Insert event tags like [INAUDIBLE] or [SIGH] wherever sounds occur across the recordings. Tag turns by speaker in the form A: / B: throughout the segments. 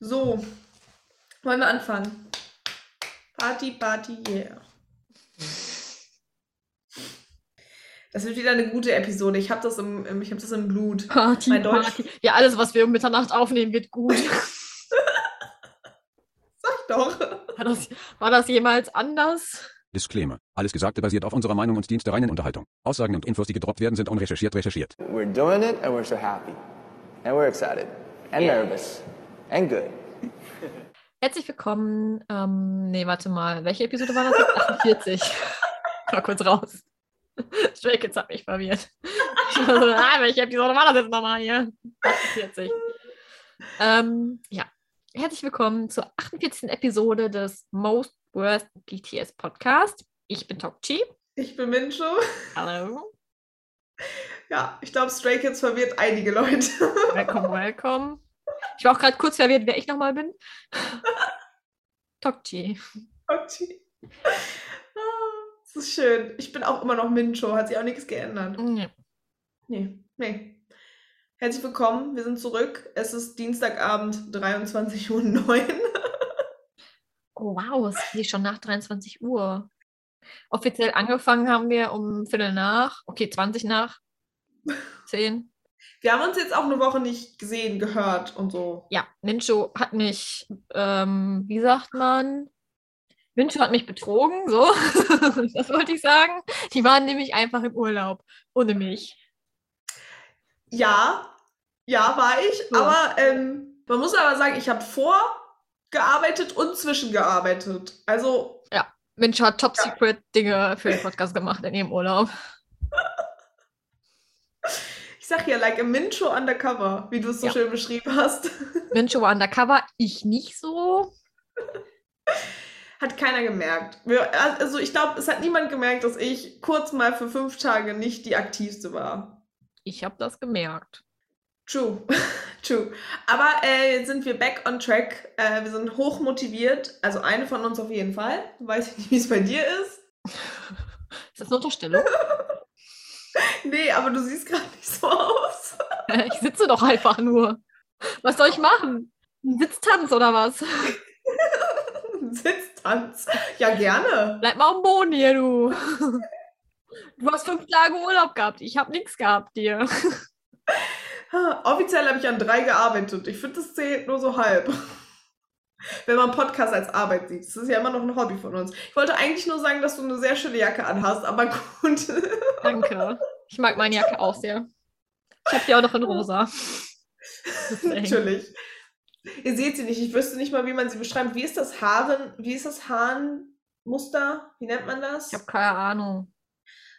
A: So, wollen wir anfangen? Party, Party, yeah. Das wird wieder eine gute Episode. Ich habe das, im- im- ich hab das im Blut.
B: Party,
A: Mein Deutsch-
B: Party. Ja, alles, was wir um Mitternacht aufnehmen, wird gut. [LAUGHS]
A: Sag doch.
B: War das, war das jemals anders?
C: Disclaimer. Alles Gesagte basiert auf unserer Meinung und dient der reinen Unterhaltung. Aussagen und Infos, die gedroppt werden, sind unrecherchiert recherchiert.
D: We're doing it and we're so happy. And we're excited. And nervous. And good.
B: Herzlich willkommen. Ähm, nee, warte mal. Welche Episode war das?
A: [LAUGHS]
B: 48. Mal kurz raus. Stray Kids hat mich verwirrt. [LAUGHS] Ich war so, ah, welche Episode war das jetzt nochmal hier? 48. Ähm, ja. Herzlich willkommen zur 48. Episode des Most Worst BTS Podcast. Ich bin Tokchi.
A: Ich bin Mincho.
B: Hallo.
A: Ja, ich glaube, Stray Kids verwirrt einige Leute. [LAUGHS]
B: Welcome, welcome. Ich war auch gerade kurz verwirrt, wer ich nochmal [LAUGHS] bin. Tokchi.
A: Okay. Ah, Das ist schön. Ich bin auch immer noch Mincho. Hat sich auch nichts geändert.
B: Ja.
A: Nee, nee. Herzlich willkommen. Wir sind zurück. Es ist Dienstagabend, 23.09 Uhr.
B: Oh, wow, es ist schon nach 23 Uhr. Offiziell angefangen haben wir um Viertel nach, okay, 20 [LAUGHS] nach, 10.
A: Wir haben uns jetzt auch eine Woche nicht gesehen, gehört und so.
B: Ja, Mincho hat mich, ähm, wie sagt man? Mincho hat mich betrogen, so. [LAUGHS] das wollte ich sagen. Die waren nämlich einfach im Urlaub, ohne mich.
A: Ja, ja, war ich.
B: Ja.
A: Aber ähm, man muss aber sagen, ich habe vorgearbeitet und zwischengearbeitet. Also,
B: Mensch hat Top Secret Dinge für den Podcast gemacht in ihrem Urlaub.
A: ich sag ja, like a Mincho undercover, wie du es so
B: Ja.
A: schön beschrieben hast. [LAUGHS]
B: Mensch war undercover, ich nicht so.
A: Hat keiner gemerkt. Wir, also, ich glaube, es hat niemand gemerkt, dass ich kurz mal für fünf Tage nicht die aktivste war.
B: Ich habe das gemerkt.
A: True, [LAUGHS] true. Aber äh, jetzt sind wir back on track. Äh, wir sind hoch motiviert. Also eine von uns auf jeden Fall. Weiß ich nicht, wie es bei dir ist.
B: Ist das
A: [LAUGHS]
B: eine Unterstellung?
A: Nee, aber du siehst gerade nicht so aus. [LAUGHS]
B: Äh, ich sitze doch einfach nur. Was soll ich machen? Ein Sitztanz oder was?
A: Sitztanz. Ja, gerne.
B: Bleib mal am Boden hier, du. Du hast fünf Tage Urlaub gehabt. Ich habe nichts gehabt dir.
A: Ha, Offiziell habe ich an drei gearbeitet. Ich finde, das zählt nur so halb. [LAUGHS] Wenn man Podcast als Arbeit sieht. Das ist ja immer noch ein Hobby von uns. Ich wollte eigentlich nur sagen, dass du eine sehr schöne Jacke anhast, aber [LAUGHS] gut.
B: Danke. Ich mag meine Jacke auch sehr. Ich habe die auch noch
A: [LAUGHS]
B: in rosa.
A: Natürlich. Ihr seht sie nicht. Ich wüsste nicht mal, wie man sie beschreibt. Wie ist das Haaren? Wie ist das Haarenmuster? Wie nennt man das?
B: Ich habe keine Ahnung.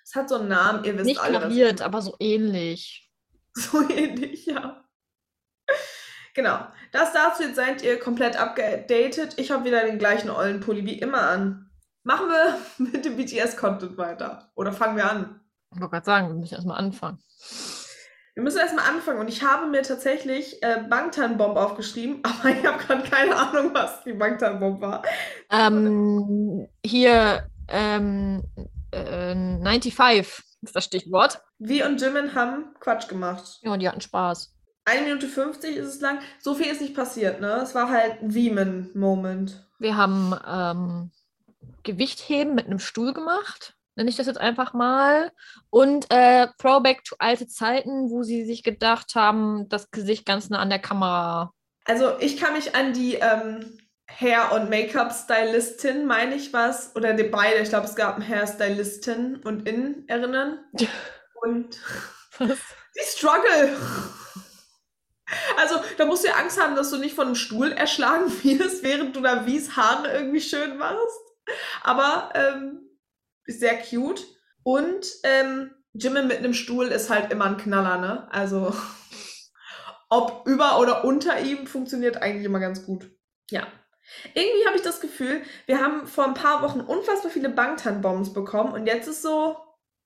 A: Es hat so einen Namen. Ihr wisst
B: Nicht
A: alle. was-
B: graviert, aber so ähnlich.
A: [LAUGHS] So ähnlich, ja. Genau. Das dazu. Jetzt seid ihr komplett abgedatet. Ich habe wieder den gleichen ollen Pulli wie immer an. Machen wir [LAUGHS] mit dem BTS-Content weiter. Oder fangen wir an?
B: Ich wollte gerade sagen, wir müssen erstmal anfangen.
A: Wir müssen erstmal anfangen und ich habe mir tatsächlich äh, Bangtan-Bomb aufgeschrieben, [LAUGHS] aber ich habe gerade keine Ahnung, was die Bangtan-Bomb war.
B: Ähm, hier, ähm, äh, 95 ist das Stichwort.
A: Wir und Jimin haben Quatsch gemacht.
B: Ja, die hatten Spaß.
A: 1 Minute 50 ist es lang. So viel ist nicht passiert, ne? Es war halt ein Siemen-Moment.
B: Wir haben ähm, Gewichtheben mit einem Stuhl gemacht, nenne ich das jetzt einfach mal. Und äh, Throwback to alte Zeiten, wo sie sich gedacht haben, das Gesicht ganz nah an der Kamera.
A: Also ich kann mich an die ähm, Hair- und Make-up-Stylistin, meine ich was, oder die beide, ich glaube, es gab einen Hair-Stylistin und In erinnern. Und die Struggle. Also da musst du ja Angst haben, dass du nicht von einem Stuhl erschlagen [LAUGHS] wirst, während du da wies Haare irgendwie schön machst. Aber ähm, ist sehr cute. Und ähm, Jimmy mit einem Stuhl ist halt immer ein Knaller, ne? Also ob über oder unter ihm funktioniert eigentlich immer ganz gut. Ja. Irgendwie habe ich das Gefühl, wir haben vor ein paar Wochen unfassbar viele Bangtan-Bombs bekommen und jetzt ist so,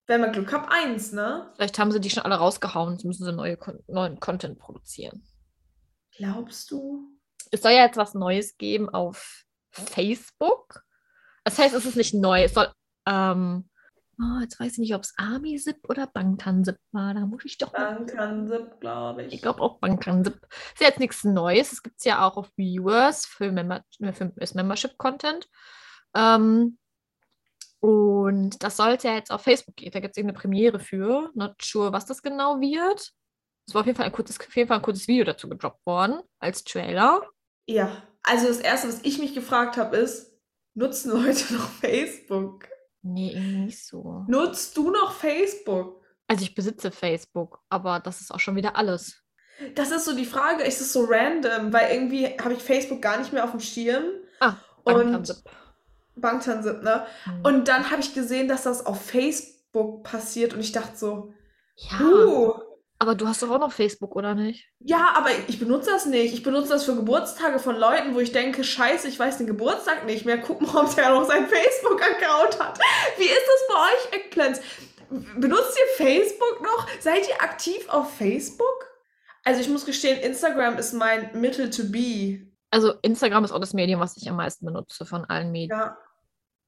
A: wenn wir Glück haben, eins, ne?
B: Vielleicht haben sie die schon alle rausgehauen, jetzt müssen sie neue Kon neuen Content produzieren.
A: Glaubst du?
B: es soll ja jetzt was Neues geben auf Facebook. Das heißt, es ist nicht neu. Es soll ähm, Oh, jetzt weiß ich nicht, ob es Army-Sip oder Bangtan-Sip war. Da muss ich doch
A: Ah.
B: mal.
A: Bankansip, glaube ich.
B: Ich glaube auch Bangtan-Sip. Ist ja jetzt nichts Neues. Es gibt es ja auch auf Viewers für, Member für das Membership-Content. Ähm, und das sollte ja jetzt auf Facebook gehen. Da gibt es eben eine Premiere für. Not sure, was das genau wird. Es war auf jeden Fall ein kurzes, auf jeden Fall ein kurzes Video dazu gedroppt worden als Trailer.
A: Ja, also das Erste, was ich mich gefragt habe, ist, nutzen Leute [LAUGHS] noch Facebook?
B: Nee, irgendwie nicht so.
A: Nutzt du noch Facebook?
B: Also ich besitze Facebook, aber das ist auch schon wieder alles.
A: Das ist so die Frage, ist es so random, weil irgendwie habe ich Facebook gar nicht mehr auf dem Schirm.
B: Ah,
A: Und
B: Bangtan-Sip.
A: Bangtan-Sip, ne?
B: Hm.
A: Und dann habe ich gesehen, dass das auf Facebook passiert und ich dachte so,
B: ja,
A: uh,
B: aber du hast doch auch noch Facebook, oder nicht?
A: ja, aber ich benutze das nicht. Ich benutze das für Geburtstage von Leuten, wo ich denke, scheiße, ich weiß den Geburtstag nicht mehr. Guck mal, ob der noch seinen Facebook-Account hat. Wie ist das bei euch, Eggplants? Benutzt ihr Facebook noch? Seid ihr aktiv auf Facebook? Also ich muss gestehen, Instagram ist mein Mittel to be.
B: Also Instagram ist auch das Medium, was ich am meisten benutze von allen Medien.
A: Ja,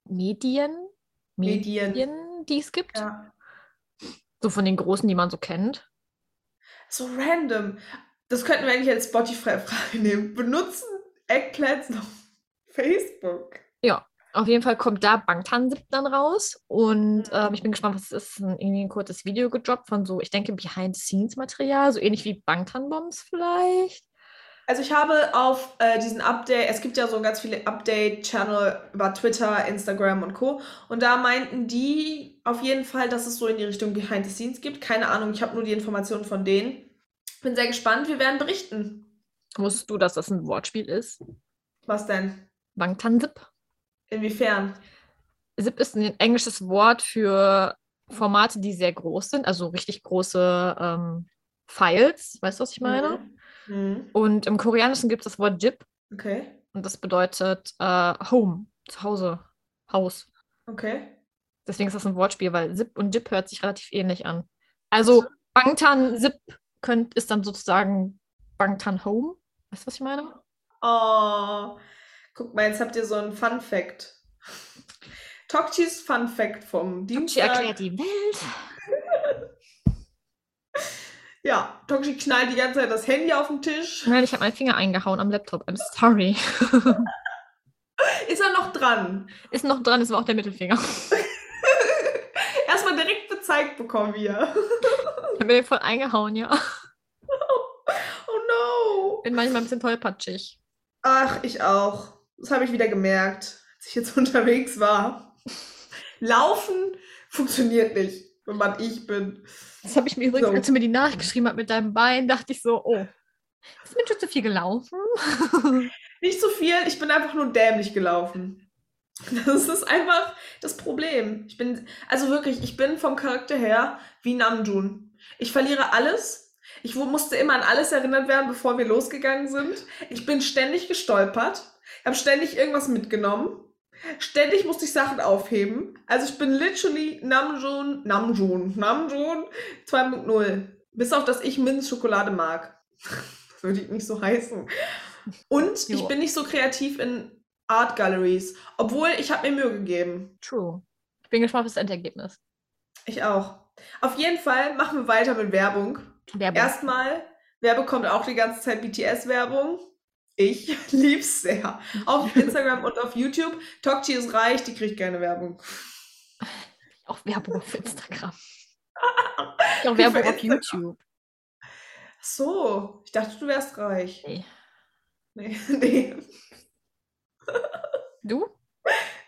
B: Medien,
A: Medien.
B: Medien, die es gibt.
A: ja.
B: So von den großen, die man so kennt.
A: So random. Das könnten wir eigentlich als Spotify-Frage nehmen. Benutzen Eggplants noch Facebook?
B: Auf jeden Fall kommt da Bangtan-Sip dann raus. Und ähm, ich bin gespannt, was es ist. Ein, irgendwie ein kurzes Video gedroppt von so, ich denke, Behind-the-Scenes-Material, so ähnlich wie Bangtan-Bombs vielleicht.
A: Also ich habe auf äh, diesen Update, es gibt ja so ganz viele Update-Channel über Twitter, Instagram und Co. Und da meinten die auf jeden Fall, dass es so in die Richtung Behind the Scenes gibt. Keine Ahnung, ich habe nur die Informationen von denen. Bin sehr gespannt, wir werden berichten.
B: Wusstest du, dass das ein Wortspiel ist?
A: Was denn?
B: Bangtan-Sip.
A: Inwiefern?
B: Sip ist ein englisches Wort für Formate, die sehr groß sind, also richtig große ähm, Files. Weißt du, was ich meine?
A: Mhm.
B: Und im Koreanischen gibt es das Wort Jip
A: Okay,
B: und das bedeutet äh, Home, zu Hause, Haus.
A: okay.
B: Deswegen ist das ein Wortspiel, weil Zip und Dip hört sich relativ ähnlich an. Also Bangtan Zip könnt, ist dann sozusagen Bangtan Home. Weißt du, was ich meine?
A: Oh, guck mal, jetzt habt ihr so ein Fun Fact. Tokchis Fun Fact vom
B: Sie
A: Dienstag.
B: erklärt die Welt.
A: Ja, Tokchi knallt die ganze Zeit das Handy auf den Tisch.
B: Nein, ich habe meinen Finger eingehauen am Laptop. I'm sorry.
A: Ist er noch dran?
B: Ist noch dran, ist aber auch der Mittelfinger.
A: Erstmal direkt bezeigt bekommen wir.
B: Ich habe mir voll eingehauen, ja.
A: Oh no.
B: Bin manchmal ein bisschen tollpatschig.
A: Ach, ich auch. Das habe ich wieder gemerkt, als ich jetzt [LAUGHS] unterwegs war. Laufen funktioniert nicht, wenn man ich bin.
B: Das habe ich mir übrigens,
A: So.
B: als du mir die Nachricht geschrieben hast mit deinem Bein, dachte ich so, oh, ist mir schon zu viel gelaufen.
A: Nicht so viel, ich bin einfach nur dämlich gelaufen. Das ist einfach das Problem. Ich bin, also wirklich, ich bin vom Charakter her wie Namjoon. Ich verliere alles. Ich wu- musste immer an alles erinnert werden, bevor wir losgegangen sind. Ich bin ständig gestolpert. Ich habe ständig irgendwas mitgenommen. Ständig musste ich Sachen aufheben. Also ich bin literally Namjoon, Namjoon, Namjoon 2.0. Bis auf, dass ich Minzschokolade mag. Das würde ich nicht so heißen. Und ich
B: Jo.
A: bin nicht so kreativ in Art Galleries. Obwohl, ich habe mir Mühe gegeben.
B: True. Ich bin gespannt auf das Endergebnis.
A: Ich auch. Auf jeden Fall machen wir weiter mit Werbung.
B: Werbung.
A: Erstmal, wer bekommt auch die ganze Zeit BTS-Werbung? Ich [LAUGHS] lieb's sehr.
B: [LAUGHS]
A: Auf Instagram und auf YouTube. Tokchi ist reich, die kriegt gerne Werbung.
B: Auch Werbung auf Instagram. Auch Werbung auf
A: Instagram.
B: YouTube.
A: So, ich dachte, du wärst reich.
B: Nee.
A: Nee, [LAUGHS] nee,
B: Du?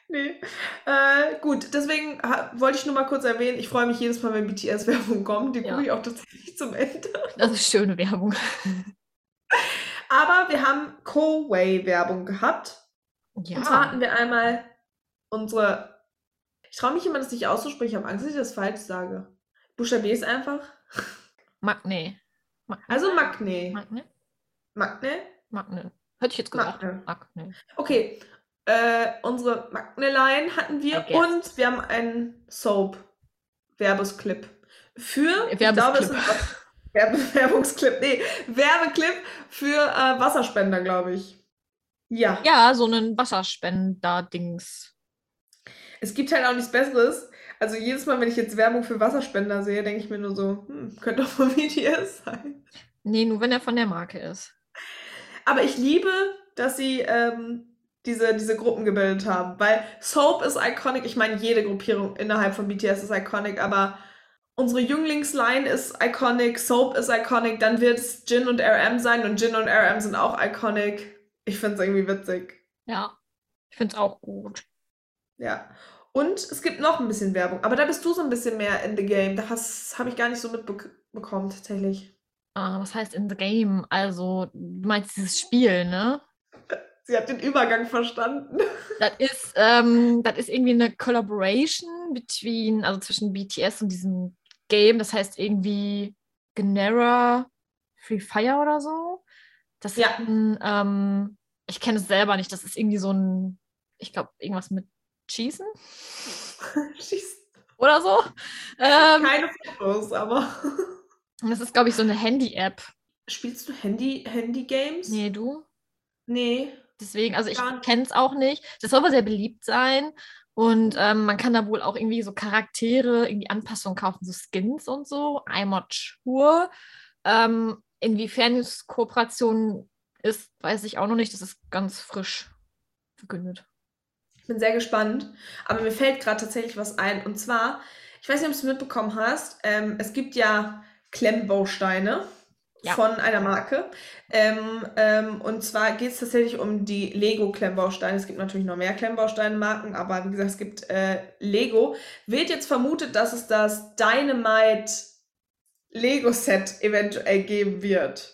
A: nee. Äh, gut, deswegen ha- wollte ich nur mal kurz erwähnen, ich freue mich jedes Mal, wenn BTS-Werbung kommt. Die
B: Ja.
A: gucke ich auch tatsächlich zum Ende.
B: Das ist schöne Werbung.
A: Aber wir haben Co-Way-Werbung gehabt.
B: Ja.
A: Und zwar hatten wir einmal unsere. Ich traue mich immer, das nicht auszusprechen. Ich habe Angst, dass ich das falsch sage. Buchstabier es einfach.
B: Magne. Mag-
A: Also Magne.
B: Magne?
A: Magne?
B: Magne. Hätte ich jetzt gesagt.
A: Magne.
B: Magne.
A: Okay. Äh, unsere Magne-Line hatten wir
B: I guess.
A: und wir haben einen Soap-Werbesclip. Für. ich
B: Werbesclip.
A: glaube, es sind auch- Werbe Werbungsclip. Nee, Werbeclip für äh, Wasserspender, glaube ich. Ja.
B: Ja, so ein Wasserspender-Dings.
A: Es gibt halt auch nichts Besseres, Also jedes Mal, wenn ich jetzt Werbung für Wasserspender sehe, denke ich mir nur so, hm, könnte auch [LAUGHS] von BTS sein.
B: Nee, nur wenn er von der Marke ist.
A: Aber ich liebe, dass sie ähm, diese, diese Gruppen gebildet haben, weil Soap ist iconic. Ich meine, jede Gruppierung innerhalb von BTS ist iconic, aber unsere Jünglingsline ist iconic, Soap ist iconic, dann wird es Jin und RM sein und Jin und RM sind auch iconic. Ich finde es irgendwie witzig.
B: Ja. Ich finde es auch gut.
A: Ja. Und es gibt noch ein bisschen Werbung, aber da bist du so ein bisschen mehr in the game. Das habe ich gar nicht so mitbekommen, tatsächlich.
B: Ah, was heißt in the game? Also, du meinst dieses Spiel, ne?
A: Sie hat den Übergang verstanden. [LAUGHS]
B: Das ist, ähm, das ist irgendwie eine Collaboration between, also zwischen BTS und diesem Game. Das heißt irgendwie Genera Free Fire oder so. Das
A: Ja.
B: ist ein, ähm, ich kenne es selber nicht. Das ist irgendwie so ein, ich glaube, irgendwas mit Schießen
A: Schieß
B: oder so. Ähm,
A: keine Fotos, aber. [LAUGHS]
B: und Ähm, das ist, glaube ich, so eine Handy-App.
A: Spielst du Handy, Handy-Games?
B: Nee, du?
A: Nee.
B: Deswegen, also ich
A: Gar nicht.
B: kenne es auch nicht. Das soll aber sehr beliebt sein. Und ähm, man kann da wohl auch irgendwie so Charaktere, irgendwie Anpassungen kaufen, so Skins und so. Einmal sure. Ähm, inwiefern es Kooperation ist, weiß ich auch noch nicht. Das ist ganz frisch verkündet.
A: Ich bin sehr gespannt. Aber mir fällt gerade tatsächlich was ein. Und zwar, ich weiß nicht, ob du es mitbekommen hast, ähm, es gibt ja Klemmbausteine
B: Ja.
A: von einer Marke. Ähm, ähm, und zwar geht es tatsächlich um die Lego-Klemmbausteine. Es gibt natürlich noch mehr Klemmbausteine-Marken, aber wie gesagt, es gibt äh, Lego. Wird jetzt vermutet, dass es das Dynamite Lego-Set eventuell geben wird.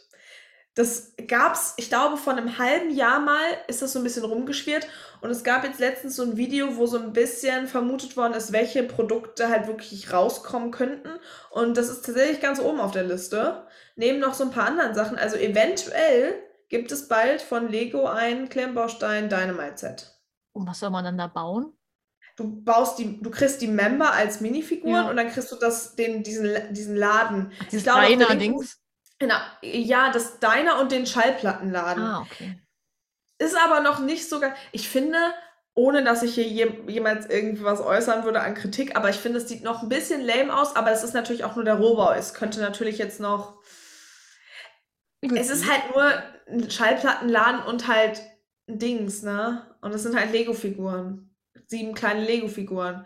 A: Das gab's, ich glaube, vor einem halben Jahr mal ist das so ein bisschen rumgeschwirrt. Und es gab jetzt letztens so ein Video, wo so ein bisschen vermutet worden ist, welche Produkte halt wirklich rauskommen könnten. Und das ist tatsächlich ganz oben auf der Liste. Neben noch so ein paar anderen Sachen. Also eventuell gibt es bald von Lego ein Klemmbaustein Dynamite Set.
B: Und was soll man dann da bauen?
A: Du baust die, du kriegst die Member als Minifiguren
B: Ja.
A: und dann kriegst du das, den, diesen, diesen Laden.
B: Dieses
A: glaube, auf der linken
B: Dings.
A: Genau. Ja, das Diner und den Schallplattenladen.
B: Ah, okay.
A: Ist aber noch nicht so ganz. Ich finde, ohne dass ich hier je, jemals irgendwie was äußern würde an Kritik, aber ich finde, es sieht noch ein bisschen lame aus, aber es ist natürlich auch nur der Rohbau. Es könnte natürlich jetzt noch.
B: Mhm.
A: Es ist halt nur ein Schallplattenladen und halt ein Dings, ne? Und es sind halt Lego-Figuren. Sieben kleine Lego-Figuren.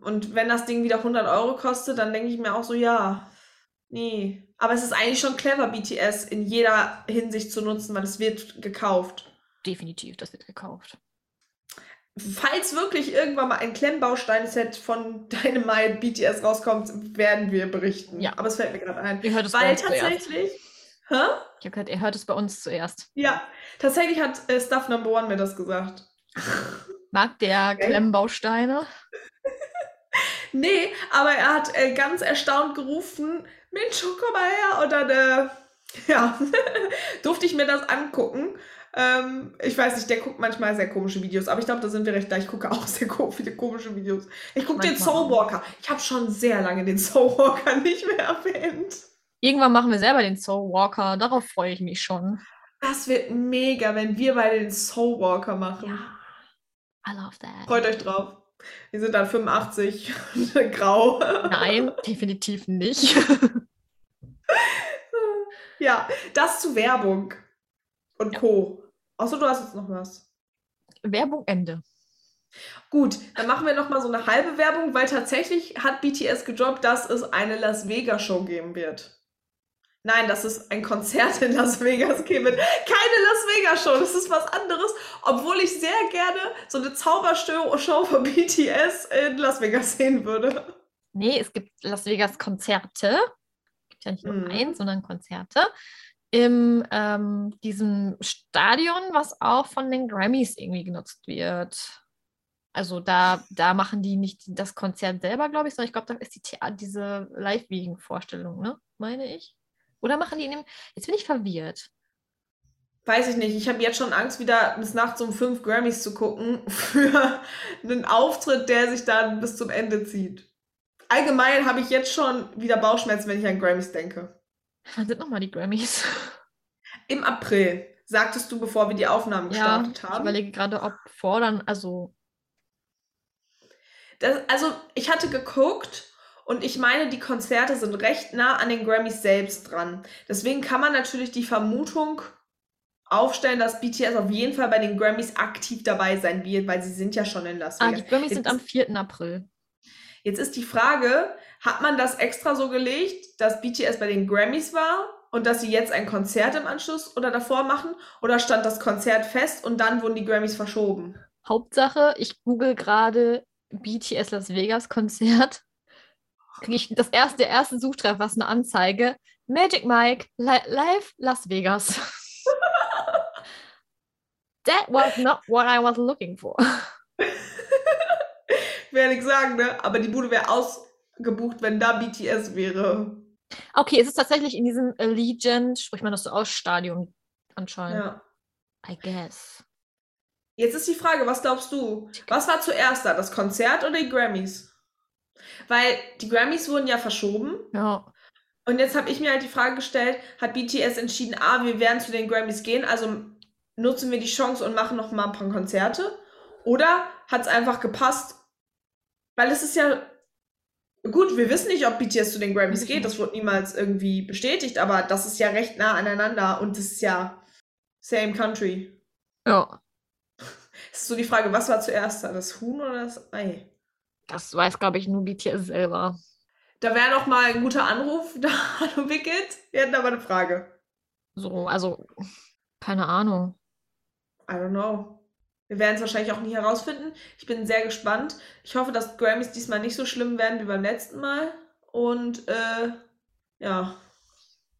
A: Und wenn das Ding wieder 100 Euro kostet, dann denke ich mir auch so, ja, nee. Aber es ist eigentlich schon clever, BTS in jeder Hinsicht zu nutzen, weil es wird gekauft.
B: definitiv, das wird gekauft.
A: Falls wirklich irgendwann mal ein Klemmbaustein-Set von Dynamite BTS rauskommt, werden wir berichten.
B: Ja.
A: Aber es fällt mir gerade ein.
B: Ihr hört es bei
A: Weil
B: uns zuerst.
A: tatsächlich. Hä?
B: Ich habe gehört, ihr hört es bei uns zuerst.
A: Ja, tatsächlich hat äh, Stuff Number One mir das gesagt.
B: Mag der
A: Okay.
B: Klemmbausteine?
A: Nee, aber er hat äh, ganz erstaunt gerufen, Mincho, komm mal her. Und dann, äh, [LAUGHS] ja, durfte ich mir das angucken. Ähm, ich weiß nicht, der guckt manchmal sehr komische Videos, aber ich glaube, da sind wir recht gleich. Ich gucke auch [LAUGHS] sehr ko viele komische Videos. Ich gucke den
B: Manchmal auch.
A: Soulwalker. Ich habe schon sehr lange den [LAUGHS] Soulwalker nicht mehr erwähnt.
B: Irgendwann machen wir selber den Soul Walker. Darauf freue ich mich schon.
A: Das wird mega, wenn wir beide den Soulwalker machen.
B: I love that.
A: Freut euch drauf. Wir sind dann 85, [LAUGHS] grau.
B: Nein, definitiv nicht.
A: [LAUGHS] Ja, das zu Werbung und
B: Ja.
A: Co. Achso, du hast jetzt noch was.
B: Werbung Ende.
A: Gut, dann machen wir noch mal so eine halbe Werbung, weil tatsächlich hat BTS gedroppt, dass es eine Las Vegas Show geben wird. Nein, dass es ein Konzert in Las Vegas geben wird. Keine Las Vegas Show, das ist was anderes, obwohl ich sehr gerne so eine Zaubershow Show von BTS in Las Vegas sehen würde.
B: Nee, es gibt Las Vegas Konzerte. Gibt ja nicht nur
A: Mhm.
B: eins, sondern Konzerte. Im ähm, diesem Stadion, was auch von den Grammys irgendwie genutzt wird. Also da, da machen die nicht das Konzert selber, glaube ich, sondern ich glaube, da ist die Thea diese Live-Vegan-Vorstellung, ne? Meine ich. Oder machen die in dem. Jetzt bin ich verwirrt.
A: Weiß ich nicht. Ich habe jetzt schon Angst, wieder bis nachts um fünf Grammys zu gucken [LAUGHS] für einen Auftritt, der sich dann bis zum Ende zieht. Allgemein habe ich jetzt schon wieder Bauchschmerzen, wenn ich an Grammys denke.
B: Wann sind nochmal die Grammys?
A: Im April, sagtest du, bevor wir die Aufnahmen
B: Ja,
A: gestartet
B: ich
A: haben.
B: überlege gerade, ob fordern, also
A: Das, also, ich hatte geguckt und ich meine, die Konzerte sind recht nah an den Grammys selbst dran. Deswegen kann man natürlich die Vermutung aufstellen, dass BTS auf jeden Fall bei den Grammys aktiv dabei sein wird, weil sie sind ja schon in Las
B: Ah,
A: Vegas.
B: die Grammys sind
A: Jetzt-
B: am 4. April.
A: Jetzt ist die Frage, hat man das extra so gelegt, dass BTS bei den Grammys war und dass sie jetzt ein Konzert im Anschluss oder davor machen? Oder stand das Konzert fest und dann wurden die Grammys verschoben?
B: Hauptsache, ich google gerade BTS Las Vegas Konzert. Kriege ich das erste, der erste Suchtreffer, was eine Anzeige. Magic Mike, li live
A: [LAUGHS]
B: Las Vegas. That was not what I was looking for.
A: Wäre nichts sagen, ne? Aber die Bude wäre ausgebucht, wenn da BTS wäre.
B: Okay, es ist tatsächlich in diesem Allegiant, spricht man das so aus, Stadion anscheinend.
A: Ja.
B: I guess.
A: Jetzt ist die Frage, was glaubst du? Was war zuerst da, das Konzert oder die Grammys? Weil die Grammys wurden ja verschoben
B: Ja.
A: Und jetzt habe ich mir halt die Frage gestellt, hat BTS entschieden, ah, wir werden zu den Grammys gehen, also nutzen wir die Chance und machen noch mal ein paar Konzerte? Oder hat es einfach gepasst? Weil es ist ja gut, wir wissen nicht, ob BTS zu den Grammys geht, das wurde niemals irgendwie bestätigt, aber das ist ja recht nah aneinander und es ist ja same country.
B: Ja.
A: Es ist so die Frage, was war zuerst da, das Huhn oder das Ei?
B: Das weiß, glaube ich, nur BTS selber.
A: Da wäre noch mal ein guter Anruf [LAUGHS] da an Wicked. Wir hätten aber eine Frage.
B: So, also, keine Ahnung.
A: I don't know. Wir werden es wahrscheinlich auch nie herausfinden. Ich bin sehr gespannt. Ich hoffe, dass Grammys diesmal nicht so schlimm werden wie beim letzten Mal. Und äh, ja.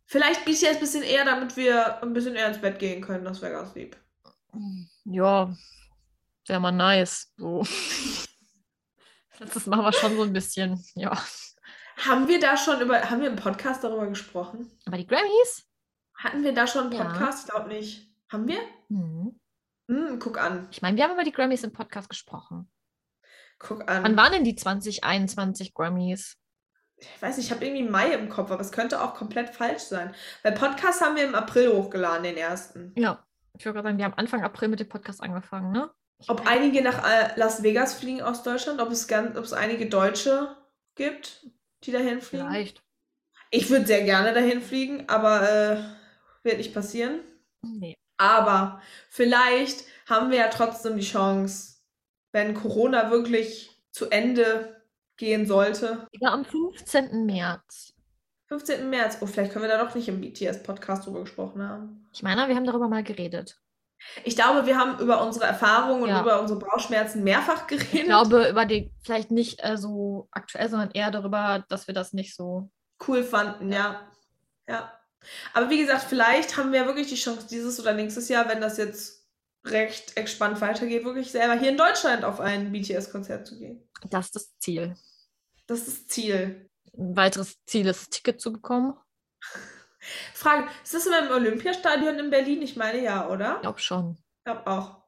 A: Vielleicht BTS ein bisschen eher, damit wir ein bisschen eher ins Bett gehen können. Das wäre ganz lieb.
B: Ja, wäre mal nice. So. Das machen wir schon so ein bisschen, ja.
A: Haben wir da schon über, haben wir im Podcast darüber gesprochen?
B: Aber die Grammys?
A: Hatten wir da schon einen
B: Ja.
A: Podcast? Ich glaube nicht. Haben wir?
B: Hm.
A: Hm, guck an.
B: Ich meine, wir haben über die Grammys im Podcast gesprochen.
A: Guck an.
B: Wann waren denn die 2021 Grammys?
A: ich weiß nicht, ich habe irgendwie Mai im Kopf, aber es könnte auch komplett falsch sein. Weil Podcast haben wir im April hochgeladen, den ersten.
B: Ja, ich würde gerade sagen, wir haben Anfang April mit dem Podcast angefangen, ne?
A: Ob einige nach äh, Las Vegas fliegen aus Deutschland, ob es, ganz, ob es einige Deutsche gibt, die dahin fliegen.
B: Vielleicht.
A: Ich würde sehr gerne dahin fliegen, aber äh, wird nicht passieren.
B: Nee.
A: Aber vielleicht haben wir ja trotzdem die Chance, wenn Corona wirklich zu Ende gehen sollte.
B: Wieder am 15. März.
A: 15. März. Oh, vielleicht können wir da doch nicht im BTS-Podcast drüber gesprochen haben.
B: Ich meine, wir haben darüber mal geredet.
A: Ich glaube, wir haben über unsere Erfahrungen und
B: Ja.
A: über unsere Bauchschmerzen mehrfach geredet.
B: Ich glaube, über die, vielleicht nicht äh, so aktuell, sondern eher darüber, dass wir das nicht so.
A: cool fanden, ja. Ja. Aber wie gesagt, vielleicht haben wir wirklich die Chance, dieses oder nächstes Jahr, wenn das jetzt recht entspannt weitergeht, wirklich selber hier in Deutschland auf ein BTS-Konzert zu gehen.
B: Das ist das Ziel.
A: Das ist das Ziel.
B: ein weiteres Ziel ist, das Ticket zu bekommen.
A: Frage, ist das immer im Olympiastadion in Berlin? Ich meine ja, oder?
B: Ich glaube schon.
A: Ich glaube auch.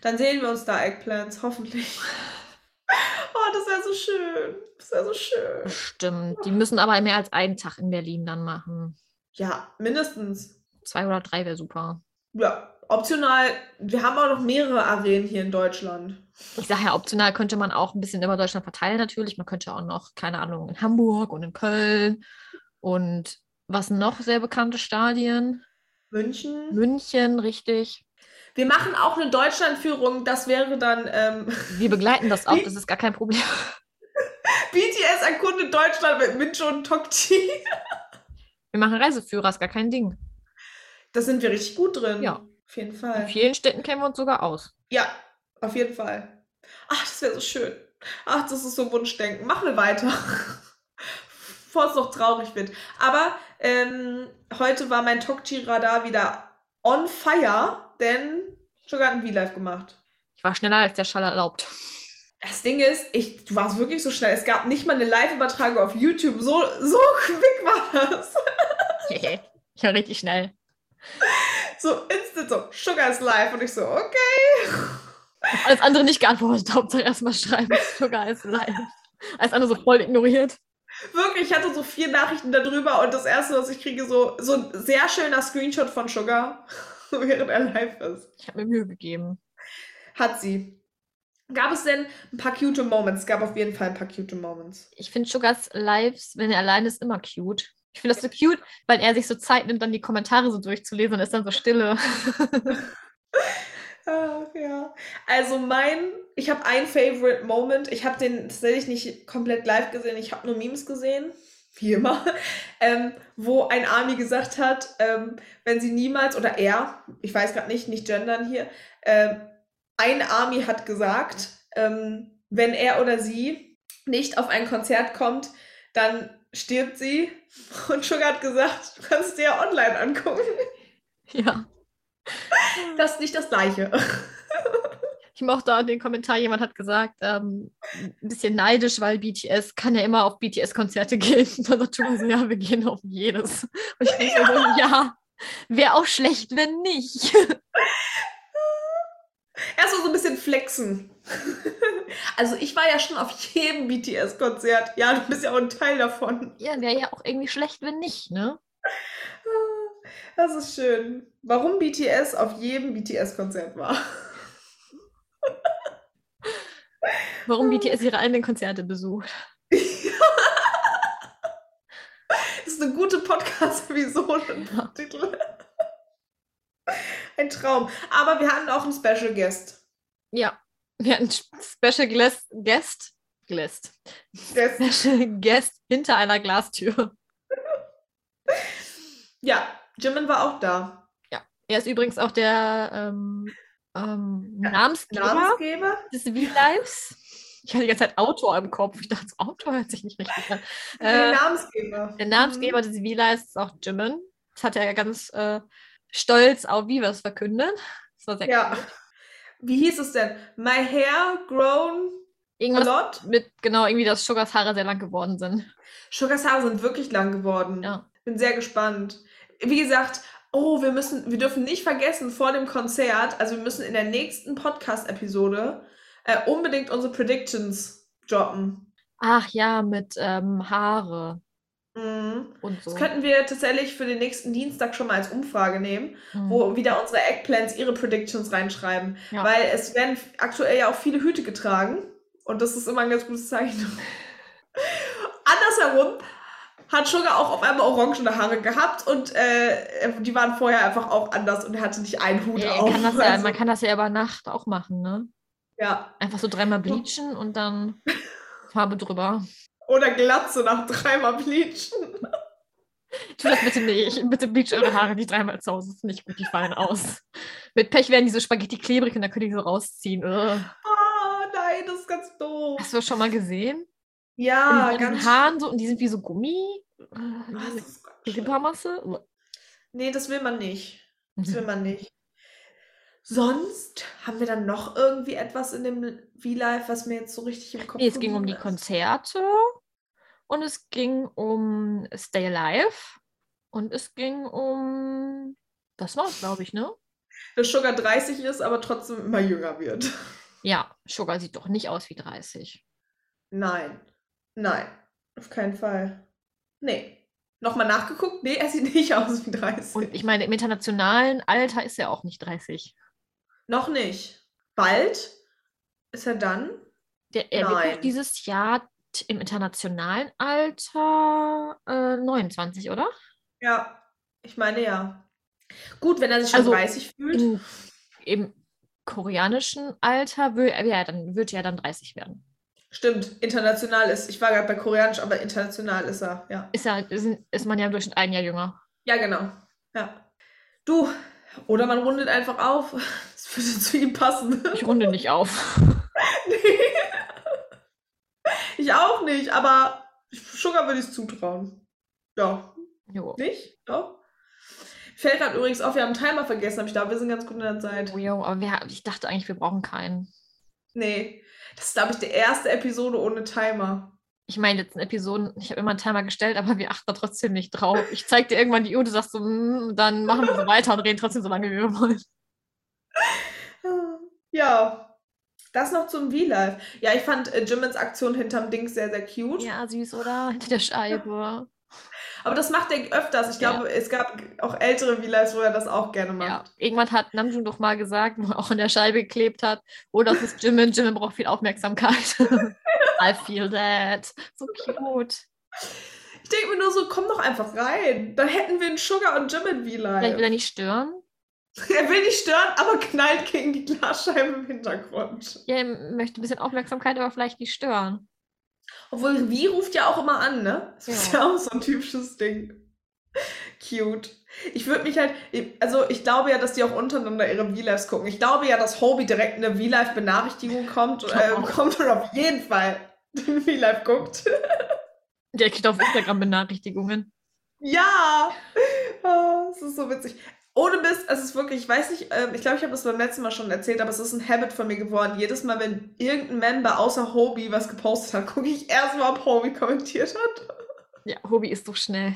A: Dann sehen wir uns da, Eggplants, hoffentlich. [LAUGHS] oh, das wäre so schön. Das wäre so schön.
B: Bestimmt. Die müssen aber mehr als einen Tag in Berlin dann machen.
A: Ja, mindestens.
B: Zwei oder drei wäre super.
A: Ja, optional. Wir haben auch noch mehrere Arenen hier in Deutschland.
B: Ich sage ja, optional könnte man auch ein bisschen über Deutschland verteilen natürlich. Man könnte auch noch, keine Ahnung, in Hamburg und in Köln und was noch sehr bekannte Stadien.
A: München.
B: München, richtig.
A: Wir machen auch eine Deutschlandführung. Das wäre dann ähm, [LAUGHS]
B: Wir begleiten das auch, das ist gar kein Problem.
A: BTS erkundet Deutschland mit Mincho und Tokchi.
B: Wir machen Reiseführer, ist gar kein Ding.
A: Da sind wir richtig gut drin.
B: Ja.
A: Auf jeden
B: In
A: Fall.
B: vielen Städten kennen wir uns sogar aus.
A: Ja, auf jeden Fall. Ach, das wäre so schön. Ach, das ist so Wunschdenken. Machen wir weiter. [LAUGHS] Bevor es noch traurig wird. Aber ähm, heute war mein Tokchi-Radar wieder on fire, denn Sugar hat ein V-Live gemacht.
B: Ich war schneller, als der Schall erlaubt. [LAUGHS]
A: Das Ding ist, ich, du warst wirklich so schnell. Es gab nicht mal eine Live-Übertragung auf YouTube. So, so [LAUGHS] quick war das.
B: ich war richtig schnell.
A: So instant so, Sugar ist live. Und ich so, okay.
B: Alles andere nicht geantwortet. [LAUGHS] Hauptsache erstmal schreiben. [LAUGHS] Sugar ist live. Alles andere so voll ignoriert.
A: Wirklich, ich hatte so vier Nachrichten darüber und das erste, was ich kriege, so, so ein sehr schöner Screenshot von [LAUGHS] Sugar, während er live ist.
B: Ich habe mir Mühe gegeben.
A: Hat sie. Gab es denn ein paar cute Moments? Es gab auf jeden Fall ein paar cute Moments.
B: Ich finde Sugars Lives, wenn er allein ist, immer cute. Ich finde das so cute, weil er sich so Zeit nimmt, dann die Kommentare so durchzulesen und ist dann so stille. [LAUGHS]
A: Ah, ja. Also mein, ich habe ein Favorite Moment. Ich habe den tatsächlich nicht komplett live gesehen. Ich habe nur Memes gesehen. Wie immer. [LAUGHS] Ähm, wo ein Army gesagt hat, ähm, wenn sie niemals, oder er, ich weiß gerade nicht, nicht gendern hier, ähm, ein Army hat gesagt, ähm, wenn er oder sie nicht auf ein Konzert kommt, dann stirbt sie. [LAUGHS] Und Sugar hat gesagt, du kannst es dir ja online angucken.
B: ja.
A: Das ist nicht das Gleiche.
B: Ich mochte auch den Kommentar, jemand hat gesagt, ähm, ein bisschen neidisch, weil BTS kann ja immer auf BTS-Konzerte [LAUGHS] gehen. Und dann tun sie, ja, wir gehen auf jedes. Und ich denke ja. so, ja, wäre auch schlecht, wenn nicht. [LAUGHS]
A: Erstmal so ein bisschen flexen. [LAUGHS] Also ich war ja schon auf jedem BTS-Konzert. Ja, du bist ja auch ein Teil davon.
B: Ja, wäre ja auch irgendwie schlecht, wenn nicht, ne?
A: Das ist schön. Warum BTS auf jedem BTS-Konzert war.
B: Warum BTS ihre eigenen Konzerte besucht.
A: Das ist eine gute Podcast-Episode.
B: Ja.
A: Titel. Ein Traum. Aber wir hatten auch einen Special Guest.
B: Ja, wir hatten Special Guest, Guest, Guest,
A: Guest.
B: Special Guest hinter einer Glastür.
A: Ja, Jimin war auch da.
B: Er ist übrigens auch der ähm, ähm, Namensgeber
A: Namensgeber?
B: des V-Lives. Ich hatte die ganze Zeit Autor im Kopf. Ich dachte, Autor hört sich nicht richtig an.
A: Der
B: Äh,
A: Namensgeber.
B: der
A: Mhm.
B: Namensgeber des V-Lives ist auch Jimin. Das hat er ganz äh, stolz auf Vivas verkündet. Das war sehr
A: Ja. Wie hieß es denn? My hair grown a
B: Irgendwas
A: lot?
B: mit, genau, irgendwie, dass Sugars Haare sehr lang geworden sind.
A: Sugars Haare sind wirklich lang geworden.
B: Ja.
A: Bin sehr gespannt. Wie gesagt, oh, wir müssen, wir dürfen nicht vergessen, vor dem Konzert, also wir müssen in der nächsten Podcast-Episode äh, unbedingt unsere Predictions droppen.
B: Ach ja, mit ähm, Haare
A: Mhm.
B: und so.
A: Das könnten wir tatsächlich für den nächsten Dienstag schon mal als Umfrage nehmen,
B: Mhm.
A: wo wieder unsere Eggplants ihre Predictions reinschreiben.
B: Ja.
A: Weil es werden aktuell ja auch viele Hüte getragen und das ist immer ein ganz gutes Zeichen. [LAUGHS] Andersherum hat Sugar auch auf einmal orangene Haare gehabt und äh, die waren vorher einfach auch anders und er hatte nicht einen Hut
B: Ja, er
A: auf.
B: kann das ja,
A: Also,
B: man kann das ja über Nacht auch machen, ne?
A: ja.
B: Einfach so dreimal bleachen und dann Farbe drüber.
A: Oder Glatze nach dreimal Bleachen.
B: Tu das bitte nicht. Bitte bleach eure Haare nicht dreimal zu Hause. Das ist nicht gut, die fallen aus. Mit Pech werden diese Spaghetti klebrig und dann könnt ihr die so rausziehen. Ugh.
A: Ah, nein, das ist ganz doof.
B: Hast du das schon mal gesehen?
A: Ja,
B: Mit
A: Ah, ganz
B: den Haaren so und die sind wie so Gummi. Äh,
A: Ah, das
B: diese
A: ist ganz schlimm.
B: Glibbermasse. Ugh.
A: Nee, das will man nicht. Das
B: Mhm.
A: will man nicht. Sonst haben wir dann noch irgendwie etwas in dem V-Live, was mir jetzt so richtig im Kopf
B: [LAUGHS] Nee, es ging um die
A: geblieben ist.
B: Konzerte und es ging um Stay Alive und es ging um. Das war's, glaube ich, ne?
A: Dass Sugar 30 ist, aber trotzdem immer jünger wird.
B: Ja, Sugar sieht doch nicht aus wie 30.
A: Nein. Nein. Auf keinen Fall. Nee. Nochmal nachgeguckt? Nee, er sieht nicht aus wie 30.
B: Und ich meine, im internationalen Alter ist er auch nicht 30.
A: Noch nicht. Bald? Ist er dann?
B: Der, er wird
A: Nein.
B: doch dieses Jahr t- im internationalen Alter äh, 29, oder?
A: Ja. Ich meine ja. Gut, wenn er sich schon
B: Also,
A: 30 fühlt.
B: Im, im koreanischen Alter will, ja, dann, wird er dann 30 werden.
A: Stimmt, international ist. Ich war gerade bei Koreanisch, aber international ist er, ja.
B: Ist, ja, ist, ist man ja im Durchschnitt ein Jahr jünger.
A: Ja, genau. Ja. Du, oder man rundet einfach auf. [LAUGHS] Das würde zu ihm passen. [LAUGHS]
B: Ich runde nicht auf. [LAUGHS]
A: Nee. Ich auch nicht, aber Sugar würde ich es zutrauen. Ja,
B: Jo.
A: nicht? Doch. Fällt gerade übrigens auf, wir haben einen Timer vergessen, aber ich glaube, wir sind ganz gut in der Zeit.
B: Oh, jo, aber wir, ich dachte eigentlich, wir brauchen keinen.
A: Nee. Das ist, glaube ich, die erste Episode ohne Timer.
B: Ich meine, letzten Episoden, ich habe immer einen Timer gestellt, aber wir achten da trotzdem nicht drauf. Ich zeig dir irgendwann die Uhr, du sagst so, "Mm", dann machen wir so weiter und reden trotzdem so lange, wie wir wollen.
A: Ja. Das noch zum V-Live. Ja, ich fand äh, Jimmins Aktion hinterm Ding sehr, sehr cute.
B: Ja, süß, oder? Hinter der Scheibe.
A: Aber das macht er öfters. Ich glaube, es gab auch ältere V-Lives, wo er das auch gerne macht.
B: Ja. Irgendwann hat Namjoon doch mal gesagt, wo er auch an der Scheibe geklebt hat, oh, das ist Jimin, Jimin braucht viel Aufmerksamkeit. [LAUGHS] I feel that. So cute.
A: Ich denke mir nur so, komm doch einfach rein. Dann hätten wir einen Sugar und Jimin
B: Vielleicht will
A: V-Live.
B: er nicht stören.
A: Er will nicht stören, aber knallt gegen die Glasscheibe im Hintergrund.
B: Ja, er möchte ein bisschen Aufmerksamkeit, aber vielleicht nicht stören.
A: Obwohl, wie ruft ja auch immer an, ne? Das ist
B: Ja.
A: ja auch so ein typisches Ding. Cute. Ich würde mich halt, also ich glaube ja, dass die auch untereinander ihre V-Lives gucken. Ich glaube ja, dass Hobie direkt eine V-Live-Benachrichtigung kommt, äh,
B: Doch.
A: kommt und auf jeden Fall den V-Live guckt.
B: Der kriegt auf Instagram Benachrichtigungen.
A: Ja, Ah, es ist so witzig. Ohne Mist, es ist wirklich, ich weiß nicht, ähm, ich glaube, ich habe das beim letzten Mal schon erzählt, aber es ist ein Habit von mir geworden. Jedes Mal, wenn irgendein Member außer Hobie was gepostet hat, gucke ich erstmal, ob Hobie kommentiert hat.
B: Ja, Hobby ist so schnell.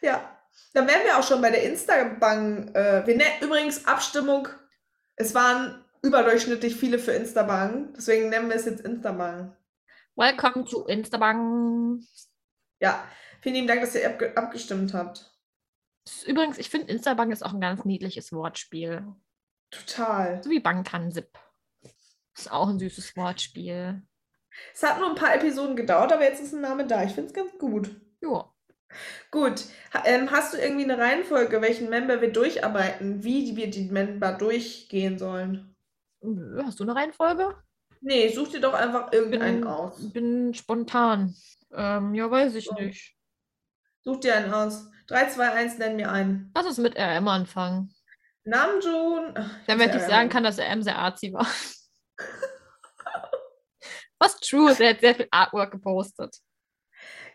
A: Ja, dann wären wir auch schon bei der Instabank. Äh, wir nennen übrigens Abstimmung, es waren überdurchschnittlich viele für Instabank, deswegen nennen wir es jetzt Instabank.
B: Welcome to Instabang.
A: Ja, vielen lieben Dank, dass ihr abge abgestimmt habt.
B: Ist Übrigens, ich finde Instabang ist auch ein ganz niedliches Wortspiel.
A: Total.
B: So wie Bangtansip. Ist auch ein süßes Wortspiel.
A: Es hat nur ein paar Episoden gedauert, aber jetzt ist ein Name da. Ich finde es ganz gut.
B: Jo.
A: Gut. Ha- Ähm, hast du irgendwie eine Reihenfolge, welchen Member wir durcharbeiten, wie die- wir die Member durchgehen sollen?
B: Nö, Hast du eine Reihenfolge?
A: Nee, such dir doch einfach irgendeinen
B: Bin-
A: aus.
B: Bin spontan. Ähm, ja, weiß ich nicht.
A: Such dir einen aus. 3, 2, 1, nenn mir einen.
B: Lass uns mit RM anfangen.
A: Namjoon.
B: Damit ich sagen kann, dass RM sehr arzi war. [LAUGHS] Was true, der hat sehr viel Artwork gepostet.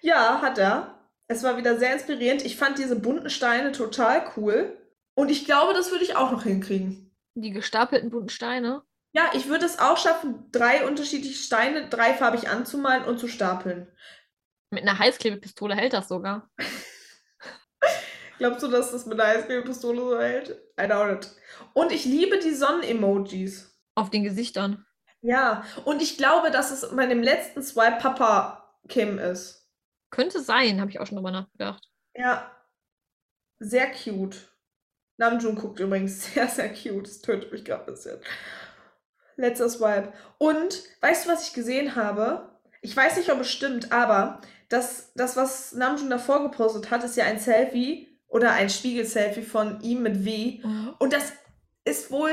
A: Ja, hat er. Es war wieder sehr inspirierend. Ich fand diese bunten Steine total cool. Und ich glaube, das würde ich auch noch hinkriegen.
B: Die gestapelten bunten Steine.
A: Ja, ich würde es auch schaffen, drei unterschiedliche Steine dreifarbig anzumalen und zu stapeln.
B: Mit einer Heißklebepistole hält das sogar.
A: Glaubst du, dass das mit einer Eiscreme-Pistole so hält? I doubt it. Und ich liebe die Sonnen-Emojis.
B: Auf den Gesichtern.
A: Ja, und ich glaube, dass es bei dem letzten Swipe Papa Kim ist.
B: Könnte sein, habe ich auch schon drüber nachgedacht.
A: Ja. Sehr cute. Namjoon guckt übrigens [LAUGHS] sehr, sehr cute. Das tötet mich gerade ein bisschen. Letzter Swipe. Und weißt du, was ich gesehen habe? Ich weiß nicht, ob es stimmt, aber das, das was Namjoon davor gepostet hat, ist ja ein Selfie oder ein Spiegel-Selfie von ihm mit V. Und das ist wohl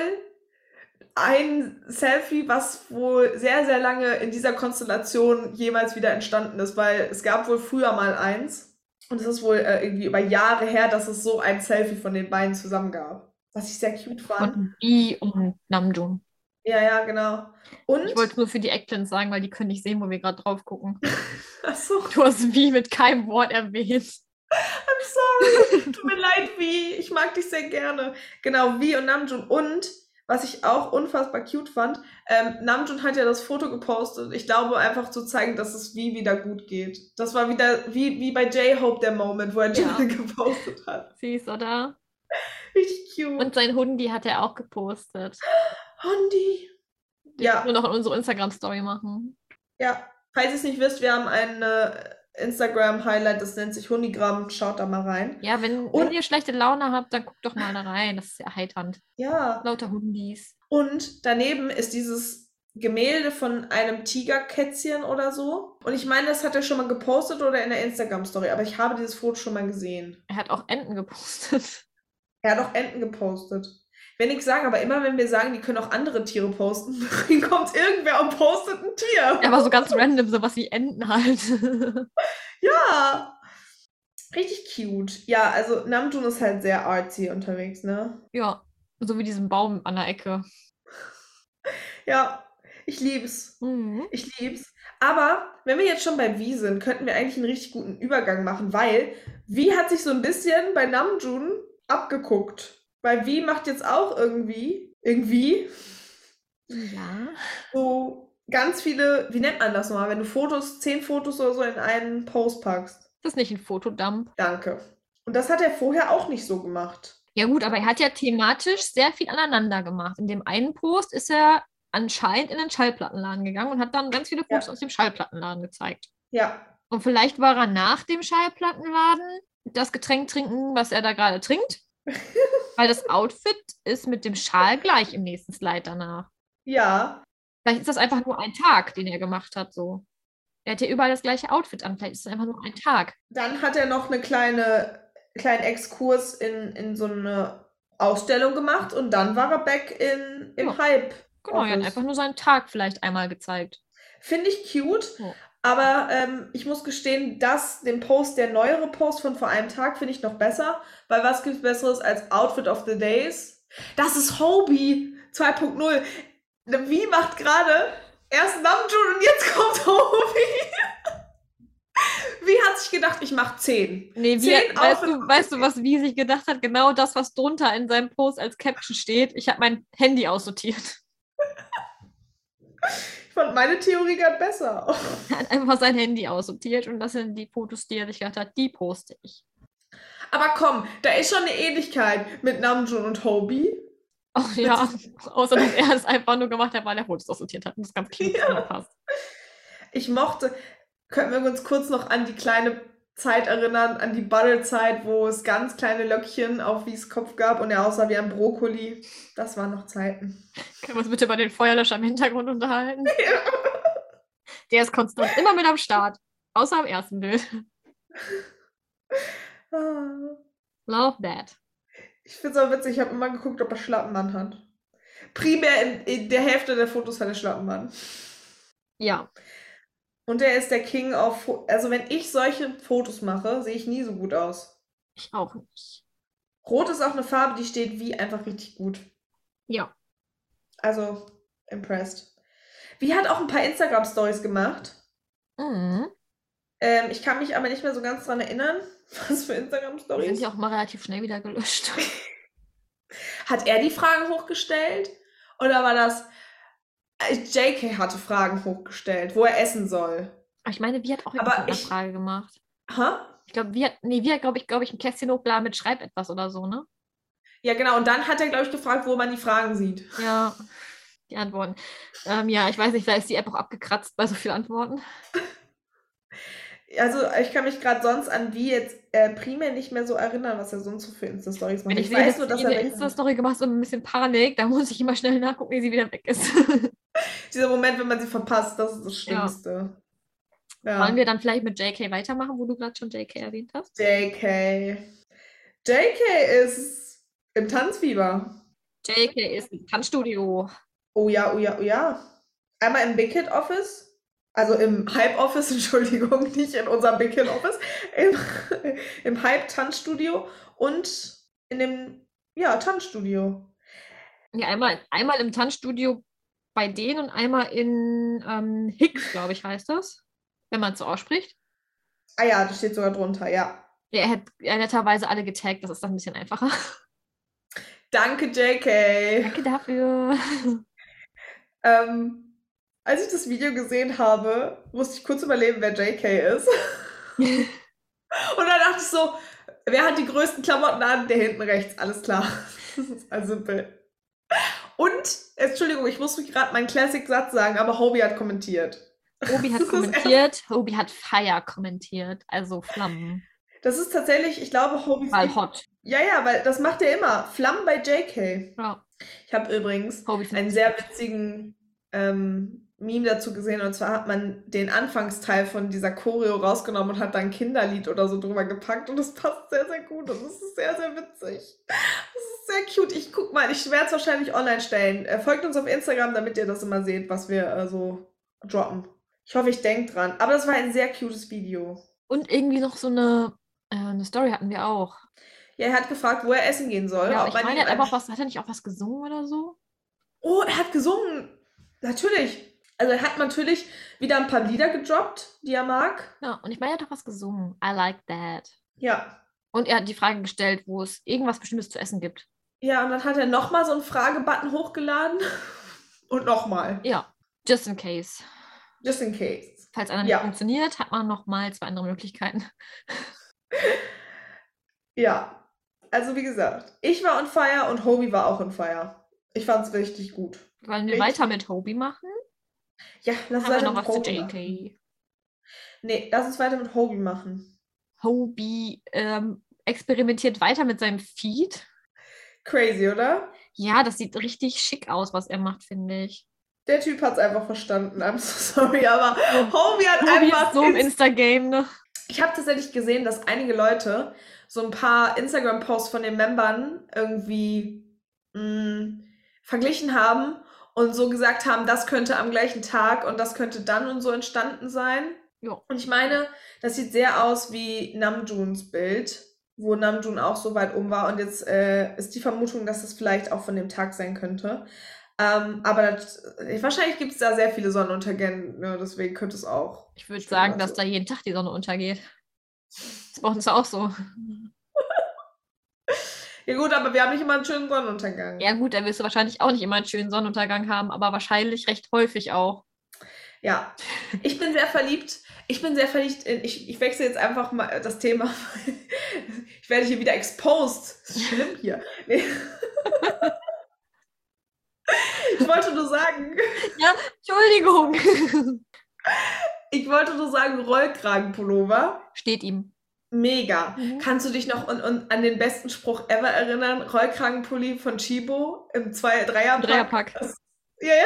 A: ein Selfie, was wohl sehr, sehr lange in dieser Konstellation jemals wieder entstanden ist, weil es gab wohl früher mal eins. Und es ist wohl äh, irgendwie über Jahre her, dass es so ein Selfie von den beiden zusammen gab. Was ich sehr cute fand.
B: Von Bi und Namjoon.
A: Ja, ja, genau. Und.
B: Ich wollte nur für die Actlins sagen, weil die können nicht sehen, wo wir gerade drauf gucken. [LAUGHS]
A: Achso, I'm
B: Du hast wie mit keinem Wort erwähnt.
A: sorry. Tut mir leid, wie. Ich mag dich sehr gerne. Genau, wie und Namjoon. Und was ich auch unfassbar cute fand, ähm, Namjoon hat ja das Foto gepostet. Ich glaube, einfach zu zeigen, dass es wie wieder gut geht. Das war wieder wie, wie bei J-Hope der Moment, wo er
B: Ja.
A: Jimin [LAUGHS] gepostet hat.
B: Süß, oder?
A: Richtig cute.
B: Und sein Hundi hat er auch gepostet.
A: Hondi.
B: Den
A: Ja.
B: wir noch in unsere Instagram-Story machen.
A: Ja, falls ihr es nicht wisst, wir haben ein äh, Instagram-Highlight, das nennt sich Hundigramm. Schaut da mal rein.
B: Ja, wenn,
A: Und-
B: wenn ihr schlechte Laune habt, dann guckt doch mal da rein. Das ist ja heiternd.
A: Ja,
B: Lauter Hundis.
A: Und daneben ist dieses Gemälde von einem Tigerkätzchen oder so. Und ich meine, das hat er schon mal gepostet oder in der Instagram-Story, aber ich habe dieses Foto schon mal gesehen.
B: Er hat auch Enten gepostet. [LAUGHS]
A: Er hat auch Enten gepostet. Wenn ich sagen, aber immer wenn wir sagen, die können auch andere Tiere posten, [LAUGHS] dann kommt irgendwer und postet ein Tier.
B: Er war so ganz random, sowas wie Enten halt. [LAUGHS]
A: Ja. Richtig cute. Ja, also Namjoon ist halt sehr artsy unterwegs, ne?
B: ja, so wie diesen Baum an der Ecke.
A: Ja, ich lieb's.
B: Mhm.
A: Ich lieb's. Aber wenn wir jetzt schon bei Wie sind, könnten wir eigentlich einen richtig guten Übergang machen, weil Wie hat sich so ein bisschen bei Namjoon abgeguckt. Weil Wie macht jetzt auch irgendwie, irgendwie
B: Ja.
A: so ganz viele, wie nennt man das nochmal, wenn du Fotos, zehn Fotos oder so in einen Post packst.
B: Ist das nicht ein Fotodump?
A: Danke. Und das hat er vorher auch nicht so gemacht.
B: Ja gut, aber er hat ja thematisch sehr viel aneinander gemacht. In dem einen Post ist er anscheinend in den Schallplattenladen gegangen und hat dann ganz viele Fotos aus dem Schallplattenladen gezeigt.
A: Ja,
B: Und vielleicht war er nach dem Schallplattenladen das Getränk trinken, was er da gerade trinkt.
A: [LAUGHS]
B: Weil das Outfit ist mit dem Schal gleich im nächsten Slide danach.
A: Ja,
B: Vielleicht ist das einfach nur ein Tag, den er gemacht hat, so. Er hat ja überall das gleiche Outfit an. Vielleicht ist es einfach nur ein Tag.
A: Dann hat er noch eine kleine, kleinen Exkurs in, in so eine Ausstellung gemacht und dann war er back in, im
B: Ja.
A: Hype.
B: Genau, er hat
A: Office.
B: einfach nur seinen Tag vielleicht einmal gezeigt.
A: Finde ich cute,
B: Ja.
A: aber ähm, ich muss gestehen, dass den Post, der neuere Post von vor einem Tag, finde ich noch besser, weil was gibt's Besseres als Outfit of the Days? Das ist Hobie 2.0. Ne, Wie macht gerade erst Namjoon und jetzt kommt Hobie? Wie hat sich gedacht, ich mache 10?
B: Nee, wie,
A: Zehn
B: weißt,
A: Outfits
B: du, weißt du, was wie sich gedacht hat? Genau das, was drunter in seinem Post als Caption steht. Ich habe mein Handy aussortiert. [LAUGHS]
A: Ich fand meine Theorie gerade besser.
B: Er hat einfach sein Handy aussortiert und das sind die Fotos, die er sich gedacht hat, die poste ich.
A: Aber komm, da ist schon eine Ähnlichkeit mit Namjoon und Hobie.
B: Oh,
A: [LAUGHS]
B: ja, außer dass er es einfach nur gemacht hat, weil er Fotos aussortiert hat und das ganz cute
A: Ja.
B: zusammenpasst.
A: Ich mochte, können wir uns kurz noch an die kleine Zeit erinnern, an die Buddle-Zeit, wo es ganz kleine Löckchen auf Wies Kopf gab und er aussah wie ein Brokkoli. Das waren noch Zeiten.
B: Können wir uns bitte über den Feuerlöscher im Hintergrund unterhalten?
A: [LAUGHS] Ja.
B: Der ist konstant immer mit am Start. Außer am ersten Bild.
A: Ah.
B: Love that.
A: Ich find's auch witzig, ich habe immer geguckt, ob er Schlappenmann hat. Primär in, in der Hälfte der Fotos hat er Schlappenmann.
B: Ja.
A: Und er ist der King auf. Fo- Also, wenn ich solche Fotos mache, sehe ich nie so gut aus.
B: Ich auch nicht.
A: Rot ist auch eine Farbe, die steht wie einfach richtig gut.
B: Ja.
A: Also, impressed. Wie hat auch ein paar Instagram-Stories gemacht.
B: Mhm.
A: Ähm, ich kann mich aber nicht mehr so ganz dran erinnern, [LAUGHS] was für
B: Die sind
A: Instagram-Stories.
B: ja auch mal relativ schnell wieder
A: [LAUGHS]
B: gelöscht.
A: Hat er die Fragen hochgestellt? Oder war das. Äh, JK hatte Fragen hochgestellt, wo er essen soll.
B: Aber ich meine, wie hat auch
A: Aber
B: eine
A: ich-
B: Frage gemacht?
A: Ha?
B: Ich glaube, wir hat, nee, wir glaube ich, glaube ich, ein Kästchen hochgeladen mit Schreib etwas oder so, ne?
A: Ja, genau. Und dann hat er, glaube ich, gefragt, wo man die Fragen sieht.
B: Ja. Die Antworten. Ähm, ja, ich weiß nicht, vielleicht ist die App auch abgekratzt bei so vielen Antworten.
A: Also, ich kann mich gerade sonst an wie jetzt äh, primär nicht mehr so erinnern, was er sonst so für Insta-Stories macht.
B: Wenn ich, sehe,
A: weiß
B: dass
A: nur, dass
B: du
A: er
B: eine
A: welche macht.
B: Insta-Story gemacht hast und ein bisschen Panik, dann muss ich immer schnell nachgucken, wie sie wieder weg ist.
A: Dieser Moment, wenn man sie verpasst, das ist das
B: Ja.
A: Schlimmste. [LAUGHS] Ja.
B: Wollen wir dann vielleicht mit JK weitermachen, wo du gerade schon JK erwähnt hast?
A: JK. JK ist im Tanzfieber.
B: JK ist ein Tanzstudio.
A: Oh ja, oh ja, oh ja. Einmal im Big Hit Office, also im Hype Office, [LAUGHS] Entschuldigung, nicht in unserem Big Hit Office, im, [LAUGHS] im Hype Tanzstudio und in dem, ja, Tanzstudio.
B: Ja, einmal, einmal im Tanzstudio bei denen und einmal in ähm, Hicks, glaube ich, heißt das, wenn man es so ausspricht.
A: Ah ja, das steht sogar drunter, ja.
B: Ja, er hat ja netterweise alle getaggt, das ist dann ein
A: [LAUGHS]
B: bisschen einfacher.
A: Danke, JK.
B: Danke dafür.
A: Ähm, als ich das Video gesehen habe, musste ich kurz überlegen, wer JK ist. Und dann dachte ich so, wer hat die größten Klamotten an? Der hinten rechts, alles klar. [LAUGHS] Das ist alles simpel. Und, Entschuldigung, ich muss mich gerade meinen Classic-Satz sagen, aber Hobie hat kommentiert.
B: Obi
A: Das
B: hat
A: ist
B: kommentiert, Obi hat Fire kommentiert, also Flammen,
A: Das ist tatsächlich, ich glaube, Hobies.
B: weil hot.
A: Ja, ja, weil das macht er immer. Flammen bei JK.
B: Ja,
A: Ich habe übrigens
B: Obi
A: einen sehr witzigen ähm, Meme dazu gesehen und zwar hat man den Anfangsteil von dieser Choreo rausgenommen und hat dann ein Kinderlied oder so drüber gepackt und das passt sehr, sehr gut und es ist sehr, sehr witzig. Das ist sehr cute. Ich guck mal, ich werde es wahrscheinlich online stellen. Äh, folgt uns auf Instagram, damit ihr das immer seht, was wir äh, so droppen. Ich hoffe, ich denk dran. Aber das war ein sehr cutes Video.
B: Und irgendwie noch so eine, äh, eine Story hatten wir auch.
A: Ja, er hat gefragt, wo er essen gehen soll.
B: Ja,
A: ob
B: ich
A: man
B: meine,
A: ihm
B: er hat aber
A: ein-
B: auch was, hat er nicht auch was gesungen oder so?
A: Oh, er hat gesungen. Natürlich. Also er hat natürlich wieder ein paar Lieder gedroppt, die er mag.
B: Ja, Genau, und ich meine, er hat doch was gesungen. I like that.
A: Ja.
B: Und er hat die Frage gestellt, wo es irgendwas Bestimmtes zu essen gibt.
A: Ja, und dann hat er nochmal so einen Fragebutton hochgeladen. [LAUGHS] Und nochmal.
B: Ja, just in case.
A: Just in case.
B: Falls einer
A: Ja.
B: nicht funktioniert, hat man nochmal zwei andere Möglichkeiten.
A: Ja. Also wie gesagt, ich war on fire und Hobie war auch on fire. Ich fand's richtig gut.
B: Wollen wir
A: Richtig.
B: weiter mit Hobie machen?
A: Ja, lass
B: Haben wir
A: weiter
B: noch
A: mit
B: was zu
A: Hobie machen.
B: JK?
A: Nee, lass uns weiter mit Hobie machen.
B: Hobie ähm, experimentiert weiter mit seinem Feed.
A: Crazy, oder?
B: Ja, das sieht richtig schick aus, was er macht, finde ich.
A: Der Typ hat es einfach verstanden. I'm so [LAUGHS] sorry, aber Hobie hat
B: Hobie
A: einfach.
B: Oh. ist so im
A: ins-
B: Insta-Game, ne?
A: ich habe tatsächlich gesehen, dass einige Leute so ein paar Instagram-Posts von den Membern irgendwie mh, verglichen haben und so gesagt haben, das könnte am gleichen Tag und das könnte dann und so entstanden sein.
B: Ja.
A: Und ich meine, das sieht sehr aus wie Namjoons Bild, wo Namjoon auch so weit um war. Und jetzt äh, ist die Vermutung, dass es vielleicht auch von dem Tag sein könnte. Ähm, aber das, wahrscheinlich gibt es da sehr viele Sonnenuntergänge, ne? deswegen könnte es auch.
B: Ich würde
A: Stimmt,
B: sagen,
A: also-
B: dass da jeden Tag die Sonne untergeht. Das ist bei uns auch so.
A: Ja gut, aber wir haben nicht immer einen schönen Sonnenuntergang.
B: Ja, gut, dann wirst du wahrscheinlich auch nicht immer einen schönen Sonnenuntergang haben, aber wahrscheinlich recht häufig auch.
A: Ja. Ich bin sehr verliebt. Ich bin sehr verliebt in. Ich, ich wechsle jetzt einfach mal äh, das Thema. [LAUGHS] Ich werde hier wieder exposed. Das ist schlimm hier. Nee. [LAUGHS] Ich wollte nur sagen,
B: Entschuldigung! [LAUGHS]
A: ich wollte nur sagen, Rollkragenpullover.
B: Steht ihm.
A: Mega.
B: Mhm.
A: Kannst du dich noch an, an, an den besten Spruch ever erinnern? Rollkragenpulli von Chibo im zwei dreier
B: Dreierpack.
A: Ja, ja.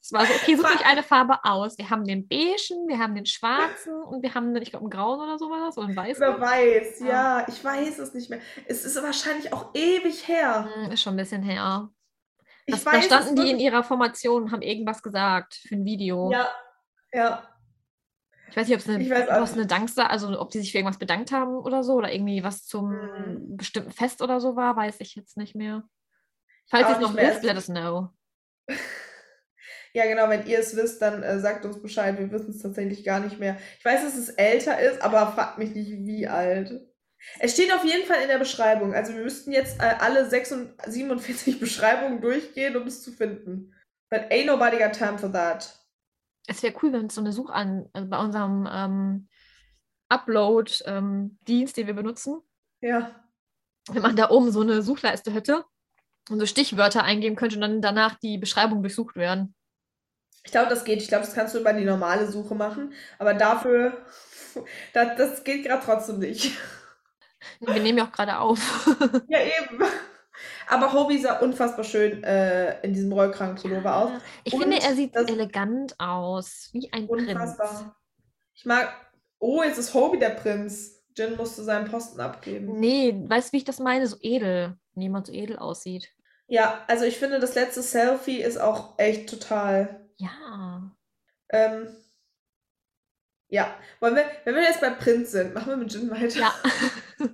B: Es war so, okay, such
A: Fra-
B: euch eine Farbe aus. Wir haben den beigen, wir haben den schwarzen und wir haben, ich glaube, einen grauen oder so war das oder einen
A: Oder
B: weißen.
A: weiß, ja. Ich weiß es nicht mehr. Es ist wahrscheinlich auch ewig her.
B: Hm, Ist schon ein bisschen her.
A: Ich
B: Das, da
A: weiß es
B: standen die in
A: wirklich-
B: ihrer Formation und haben irgendwas gesagt für ein Video.
A: Ja, ja.
B: Ich weiß nicht, ob es
A: Ich weiß
B: eine,
A: auch
B: ob's ne eine Danksa, also ob die sich für irgendwas bedankt haben oder so oder irgendwie was zum
A: Mhm.
B: bestimmten Fest oder so war, weiß ich jetzt nicht mehr. Falls ihr
A: Auch
B: es noch
A: nicht mehr.
B: wisst, let us know.
A: Ja, genau, wenn ihr es wisst, dann äh, sagt uns Bescheid. Wir wissen es tatsächlich gar nicht mehr. Ich weiß, dass es älter ist, aber fragt mich nicht, wie alt. Es steht auf jeden Fall in der Beschreibung. Also wir müssten jetzt äh, alle 46, 47 [LAUGHS] Beschreibungen durchgehen, um es zu finden. But ain't nobody got time for that.
B: Es wäre cool, wenn es so eine Suchan also bei unserem ähm, Upload-Dienst, den wir benutzen,
A: Ja.
B: wenn man da oben so eine Suchleiste hätte und so Stichwörter eingeben könnte und dann danach die Beschreibung durchsucht werden.
A: Ich glaube, das geht. Ich glaube, das kannst du über die normale Suche machen. Aber dafür, [LAUGHS] das, das geht gerade trotzdem nicht.
B: Wir nehmen ja auch gerade auf.
A: Ja, eben. Aber Hobie sah unfassbar schön äh, in diesem Rollkragenpullover aus.
B: Ich
A: Und
B: finde, er sieht
A: das-
B: elegant aus, wie ein Prinz.
A: Unfassbar. Ich mag. Oh, jetzt ist Hobie der Prinz. Jin musste seinen Posten abgeben.
B: Nee, weißt du, wie ich das meine? So edel. Wenn jemand so edel aussieht.
A: Ja, also ich finde, das letzte Selfie ist auch echt total.
B: Ja.
A: Ähm, ja, wollen wir, wenn wir jetzt bei Prinz sind, machen wir mit Jin weiter. [LAUGHS]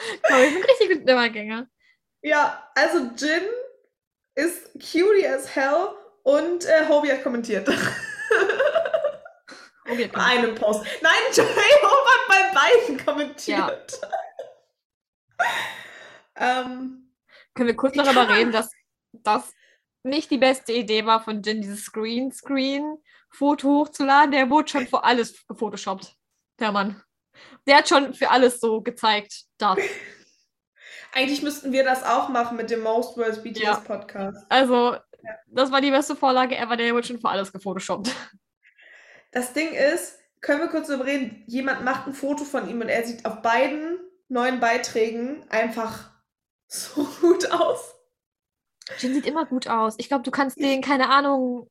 B: Ja. Komm, ich bin richtig gut Übergänger.
A: Ja, also Jin ist cutie as hell und äh, Hobie hat kommentiert.
B: Oh, wir
A: Bei
B: können.
A: einem Post. Nein, [LAUGHS] Jay Hope hat bei beiden kommentiert. [LAUGHS] ähm,
B: können wir kurz noch
A: Wie
B: darüber
A: kann
B: reden, dass das nicht die beste Idee war von Jin, dieses Screen-Screen-Foto hochzuladen. Der wurde schon für alles gefotoshoppt, der Mann. Der hat schon für alles so gezeigt, das.
A: Eigentlich müssten wir das auch machen mit dem Most Worlds BTS
B: Ja.
A: Podcast.
B: Also, das war die beste Vorlage ever, der wurde schon für alles gefotoshoppt.
A: Das Ding ist, können wir kurz darüber reden, jemand macht ein Foto von ihm und er sieht auf beiden neuen Beiträgen einfach [LAUGHS] so gut aus.
B: Jin sieht immer gut aus. Ich glaube, du kannst den, keine Ahnung,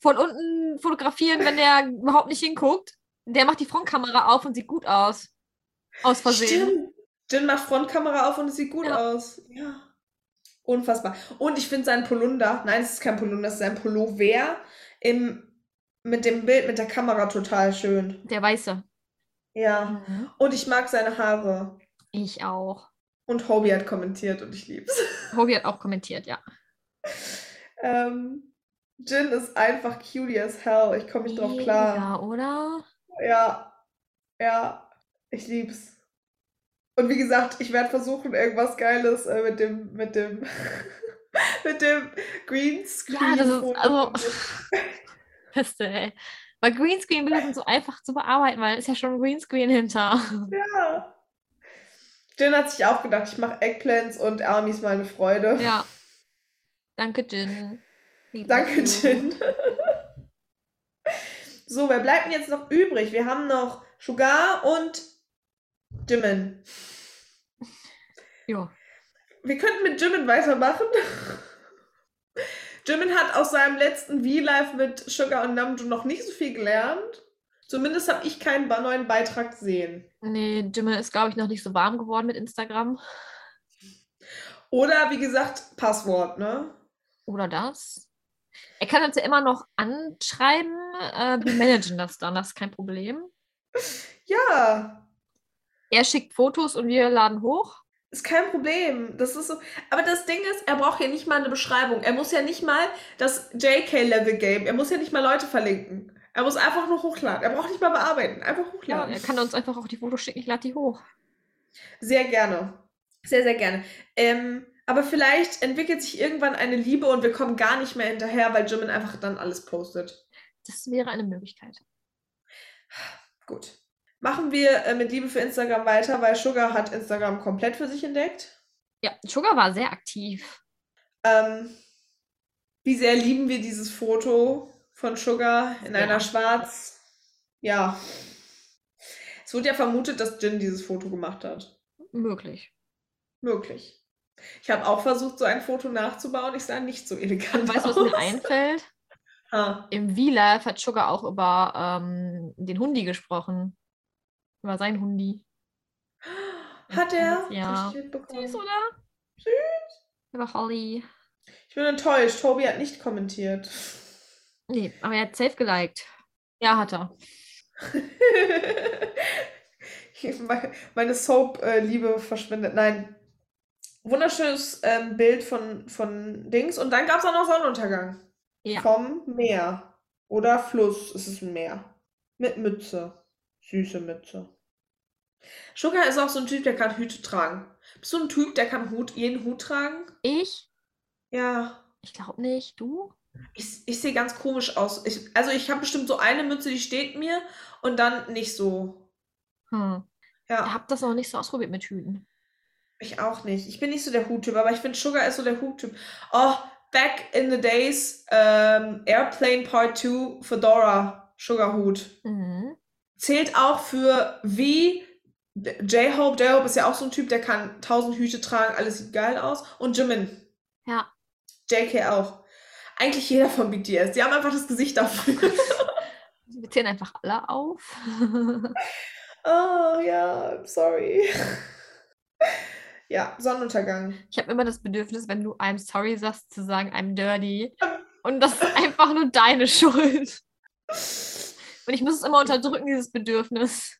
B: von unten fotografieren, wenn der überhaupt nicht hinguckt. Der macht die Frontkamera auf und sieht gut aus. Aus Versehen.
A: Stimmt. Jin macht Frontkamera auf und es sieht gut
B: Ja.
A: aus. Ja. Unfassbar. Und ich finde seinen Polunder, nein, es ist kein Polunder, es ist ein Pullover im, mit dem Bild, mit der Kamera total schön.
B: Der Weiße.
A: Ja. Und ich mag seine Haare.
B: Ich auch.
A: Und Hobie hat kommentiert und ich lieb's. [LAUGHS]
B: Hobi hat auch kommentiert, ja.
A: Ähm, Jin ist einfach cutie as hell. Ich komme nicht drauf klar.
B: Ja, oder?
A: Ja. Ja. Ich lieb's. Und wie gesagt, ich werde versuchen, irgendwas Geiles äh, mit dem, mit dem, [LAUGHS] mit dem Greenscreen.
B: Ja, das ist, also, beste, ey. Weil Greenscreen-Bilder sind so einfach zu bearbeiten, weil es ist ja schon ein Greenscreen hinter.
A: Ja. Jin hat sich auch gedacht, ich mache Eggplants und Army ist meine [LAUGHS] Freude.
B: Ja. Danke, Jin. We love
A: Danke,
B: you.
A: Jin. [LAUGHS] So, wer bleibt denn jetzt noch übrig? Wir haben noch Sugar und Jimin.
B: Ja.
A: Wir könnten mit Jimin weitermachen. Jimin hat aus seinem letzten V-Live mit Sugar und Namjoon noch nicht so viel gelernt. Zumindest habe ich keinen ba- neuen Beitrag gesehen.
B: Nee, Jimin ist, glaube ich, noch nicht so warm geworden mit Instagram.
A: Oder wie gesagt, Passwort, ne?
B: Oder das. Er kann uns ja immer noch anschreiben. Äh, wir managen das dann, das ist kein Problem.
A: Ja,
B: Er schickt Fotos und wir laden hoch.
A: ist kein Problem. Das ist so. Aber das Ding ist, er braucht ja nicht mal eine Beschreibung. Er muss ja nicht mal das JK-Level-Game. Er muss ja nicht mal Leute verlinken. Er muss einfach nur hochladen. Er braucht nicht mal bearbeiten. Einfach
B: Ja,
A: hochladen.
B: Genau, er kann uns einfach auch die Fotos schicken, ich lade die hoch.
A: Sehr gerne. Sehr, sehr gerne. Ähm, aber vielleicht entwickelt sich irgendwann eine Liebe und wir kommen gar nicht mehr hinterher, weil Jimin einfach dann alles postet.
B: Das wäre eine Möglichkeit.
A: Gut. Machen wir äh, mit Liebe für Instagram weiter, weil Sugar hat Instagram komplett für sich entdeckt.
B: Ja, Sugar war sehr aktiv.
A: Ähm, wie sehr lieben wir dieses Foto von Sugar in
B: Ja.
A: einer Schwarz? Ja. Es wurde ja vermutet, dass Jin dieses Foto gemacht hat.
B: Möglich.
A: Möglich. Ich habe auch versucht, so ein Foto nachzubauen. Ich sah nicht so elegant
B: Weißt du, was
A: aus.
B: mir einfällt?
A: [LAUGHS] Ah.
B: Im V-Live hat Sugar auch über ähm, den Hundi gesprochen. Über seinen Hundi.
A: Hat er?
B: Ja.
A: Hab ich mitbekommen.
B: Süß, oder?
A: Süß.
B: Über Holly.
A: Ich bin enttäuscht. Tobi hat nicht kommentiert. [LAUGHS]
B: Nee, aber er hat safe geliked. Ja, hat er.
A: Me- Meine Soap-Liebe verschwindet. Nein. Wunderschönes ähm, Bild von, von Dings. Und dann gab es auch noch Sonnenuntergang.
B: Ja.
A: Vom Meer. Oder Fluss. Es ist ein Meer. Mit Mütze. Süße Mütze. Sugar ist auch so ein Typ, der kann Hüte tragen. Bist du ein Typ, der kann Hut, jeden Hut tragen?
B: Ich?
A: Ja.
B: Ich glaube nicht. Du?
A: Ich, ich sehe ganz komisch aus. Ich, also ich habe bestimmt so eine Mütze, die steht mir und dann nicht so. Ah.
B: Hm. Ich
A: Ja,
B: habe das noch nicht so ausprobiert mit Hüten.
A: ich auch nicht. Ich bin nicht so der Huttyp, aber ich finde Sugar ist so der Huttyp. Oh, back in the days, ähm, Airplane Part 2, Fedora, Sugar Hut.
B: Mhm.
A: Zählt auch für wie J-Hope. J-Hope ist ja auch so ein Typ, der kann tausend Hüte tragen, alles sieht geil aus. Und Jimin.
B: Ja.
A: JK auch. Eigentlich jeder von BTS. Die haben einfach das Gesicht dafür.
B: Wir zählen einfach alle auf. [LAUGHS]
A: Oh ja, sorry. ja, Sonnenuntergang.
B: Ich habe immer das Bedürfnis, wenn du I'm sorry sagst, zu sagen
A: [LAUGHS]
B: I'm dirty. Und das ist einfach nur deine Schuld. Und ich muss es immer unterdrücken, dieses Bedürfnis.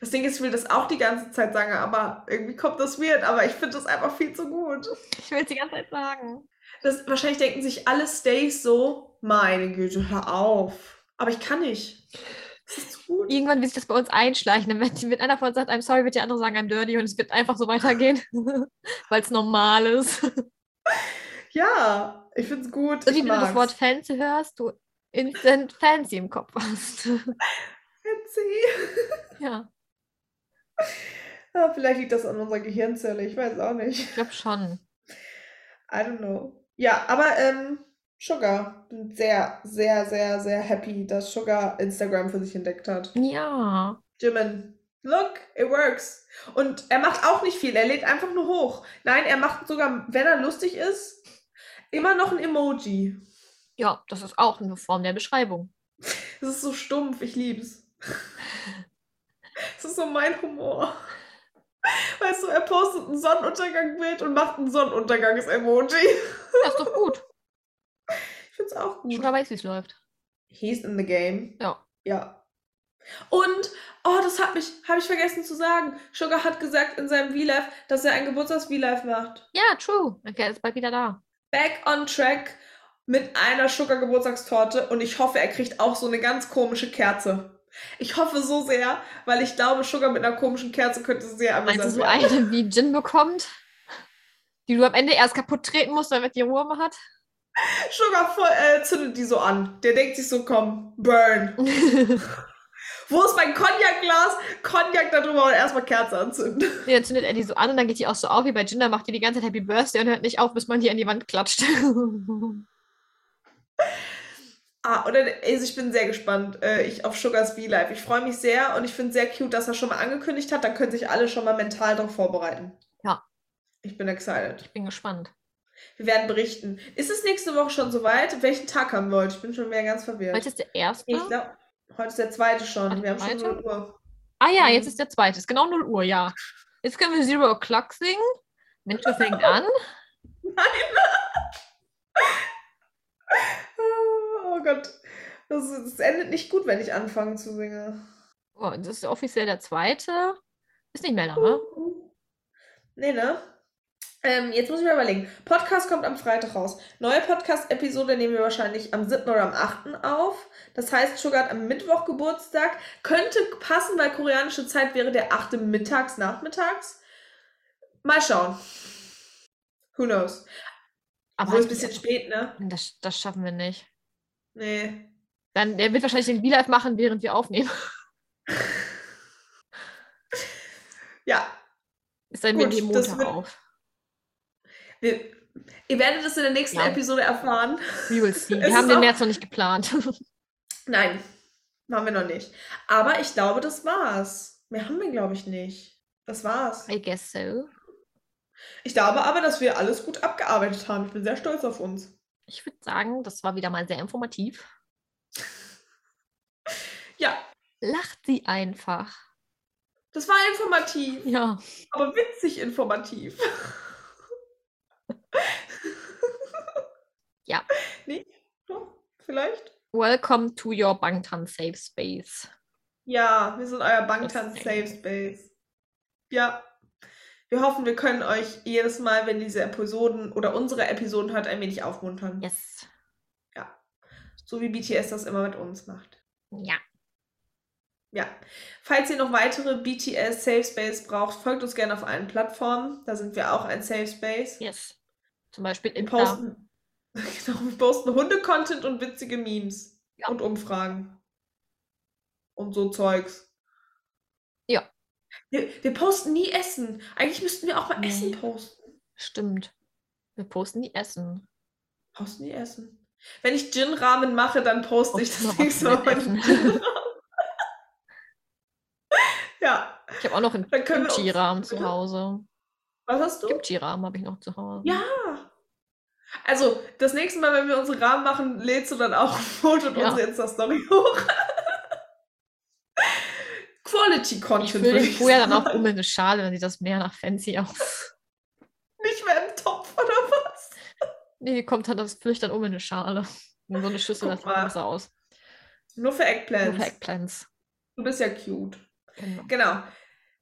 A: Das Ding ist, ich will das auch die ganze Zeit sagen, aber irgendwie kommt das weird, aber ich finde das einfach viel zu gut.
B: Ich will es die ganze Zeit sagen.
A: Das, wahrscheinlich denken sich alle Stays so, meine Güte, hör auf. Aber ich kann nicht. Das ist zu gut.
B: Irgendwann wird sich das bei uns einschleichen. Dann wird, wird einer von uns sagt, I'm sorry, wird der andere sagen, I'm dirty. Und es wird einfach so weitergehen, [LAUGHS] weil es normal ist. Und
A: Ja, ich finde es gut.
B: wie
A: Ich
B: wenn du das Wort
A: mag's.
B: fancy hörst, du instant fancy im Kopf hast. [LAUGHS]
A: Fancy.
B: ja,
A: Ja, vielleicht liegt das an unserer Gehirnzelle, ich weiß auch nicht.
B: ich glaube schon.
A: I don't know. Ja, aber ähm, Sugar. Bin sehr, sehr, sehr, sehr happy, dass Sugar Instagram für sich entdeckt hat.
B: Ja.
A: Jimin, look, it works. Und er macht auch nicht viel, er lädt einfach nur hoch. Nein, er macht sogar, wenn er lustig ist, immer noch ein Emoji.
B: Ja, das ist auch eine Form
A: [LAUGHS]
B: der Beschreibung.
A: Das ist so stumpf, ich lieb's. Das ist so mein Humor. Weißt du, er postet ein Sonnenuntergang-Bild und macht ein Sonnenuntergangs-Emoji.
B: Das ist doch gut.
A: Ich find's auch gut.
B: Schon weiß, wie es läuft.
A: He's in the game.
B: Ja.
A: Ja. Und, oh, das hat mich, habe ich vergessen zu sagen. Sugar hat gesagt in seinem V-Live, dass er ein Geburtstags-V-Live macht.
B: Ja, true. Okay, er ist bald wieder da.
A: Back on track mit einer Sugar Geburtstagstorte und ich hoffe, er kriegt auch so eine ganz komische Kerze. Ich hoffe so sehr, weil ich glaube, Sugar mit einer komischen Kerze könnte sehr
B: Meinst du
A: amüsant
B: so
A: werden.
B: eine, wie Jin bekommt? Die du am Ende erst kaputt treten musst, damit die Ruhe mal hat?
A: Sugar voll, äh, zündet die so an. Der denkt sich so, komm,
B: [LAUGHS]
A: burn.
B: nee,
A: Wo ist mein Cognac-Glas? Cognac darüber und erstmal Kerze anzünden.
B: dann zündet er die so an und dann geht die auch so auf wie bei Jin. Dann macht die die ganze Zeit Happy Birthday und hört nicht auf, bis man die an die Wand klatscht.
A: Ah, oder also ich bin sehr gespannt äh, ich, auf Sugars V-Live. Ich freue mich sehr und ich finde sehr cute, dass er schon mal angekündigt hat. Da können sich alle schon mal mental darauf vorbereiten.
B: Ja.
A: Ich bin excited.
B: Ich [LAUGHS] bin gespannt.
A: Wir werden berichten. Ist es nächste Woche schon soweit? Welchen Tag haben wir heute? Ich bin schon wieder ganz verwirrt.
B: Heute ist der erste.
A: ich glaube, heute ist der zweite schon.
B: Heute
A: wir haben schon
B: zweite?
A: 0 Uhr.
B: Ah ja, jetzt ist der zweite. Ist genau 0 Uhr, ja. Jetzt können wir Zero O'Clock singen. Mentor fängt an.
A: Oh Gott. Das, das endet nicht gut, wenn ich anfange zu singen.
B: Oh, das ist offiziell der zweite. Ist nicht mehr ne? lange.
A: Nee, ne? Ähm, jetzt muss ich mir überlegen. Podcast kommt am Freitag raus. Neue Podcast-Episode nehmen wir wahrscheinlich am 7. oder am 8. auf. Das heißt, Sugar hat am Mittwoch Geburtstag. Könnte passen, weil koreanische Zeit wäre der 8. mittags, nachmittags. Mal schauen. Who knows?
B: Aber
A: Obwohl, ist ein bisschen spät, ne?
B: das, das schaffen wir nicht.
A: Nee.
B: Dann, der wird wahrscheinlich den V-Live machen, während wir aufnehmen. [LAUGHS]
A: Ja,
B: Ist dann
A: Gut,
B: wir nehmen
A: das
B: Montag
A: wird-
B: auf.
A: wir, ihr werdet es in der nächsten
B: Ja.
A: Episode erfahren.
B: We
A: [LAUGHS]
B: will see.
A: Es
B: Wir haben
A: ist
B: den
A: auch-
B: März noch nicht geplant. [LAUGHS]
A: Nein, haben wir noch nicht. Aber ich glaube, das war's. Mehr haben wir, glaube ich, nicht. Das war's.
B: I guess so.
A: Ich glaube aber, dass wir alles gut abgearbeitet haben. Ich bin sehr stolz auf uns.
B: Ich würde sagen, das war wieder mal sehr informativ.
A: Ja,
B: Lacht sie einfach.
A: das war
B: [LAUGHS]
A: informativ,
B: Ja.
A: aber witzig informativ.
B: Ja.
A: [LAUGHS] Nee? Doch, vielleicht?
B: Welcome to your Bangtan Safe Space.
A: Ja, wir sind euer Bangtan
B: Das-
A: Safe Space. Ja. Wir hoffen, wir können euch jedes Mal, wenn diese Episoden oder unsere Episoden hört, ein wenig aufmuntern.
B: Yes.
A: So wie BTS das immer mit uns macht.
B: Ja.
A: Ja. Falls ihr noch weitere BTS Safe Space braucht, folgt uns gerne auf allen Plattformen. Da sind wir auch ein Safe Space.
B: Yes. Zum Beispiel
A: Wir
B: in Post.
A: posten, [LAUGHS] genau, wir posten Hunde-Content und witzige Memes
B: Ja.
A: und Umfragen. Und so Zeugs.
B: Ja.
A: Wir, wir posten nie Essen. Eigentlich müssten wir auch mal
B: Nee.
A: Essen posten.
B: Stimmt. Wir posten die Essen.
A: Posten nie Essen. Wenn ich Gin-Rahmen mache, dann poste ich
B: Posten wir
A: das
B: was
A: nächste
B: mit
A: Mal. meinen
B: Oh, [LAUGHS] Essen.
A: Gin-Ramen. ja,
B: [LAUGHS] Ich habe auch noch einen
A: dann können wir. Uns,
B: Kimchi-Rahmen zu
A: Bitte?
B: Hause.
A: was hast du?
B: Kimchi-Rahmen habe ich noch zu Hause.
A: Ja. Also, das nächste Mal, wenn wir unsere Rahmen machen, lädst du dann auch ein Foto und
B: Ja.
A: unsere Insta-Story hoch. Quality
B: Ich
A: Content
B: fülle
A: würde
B: den
A: ich
B: vorher
A: sagen. [LAUGHS]
B: dann auch um in eine Schale, dann sieht das mehr nach fancy aus.
A: Nicht mehr im Topf oder was?
B: Nee, die kommt dann, das fülle ich dann um in eine Schale. In so eine Schüssel,
A: Guck
B: das sieht
A: mal.
B: besser aus.
A: Nur für Eggplants.
B: Eggplants.
A: Du bist ja cute.
B: Genau.
A: Genau.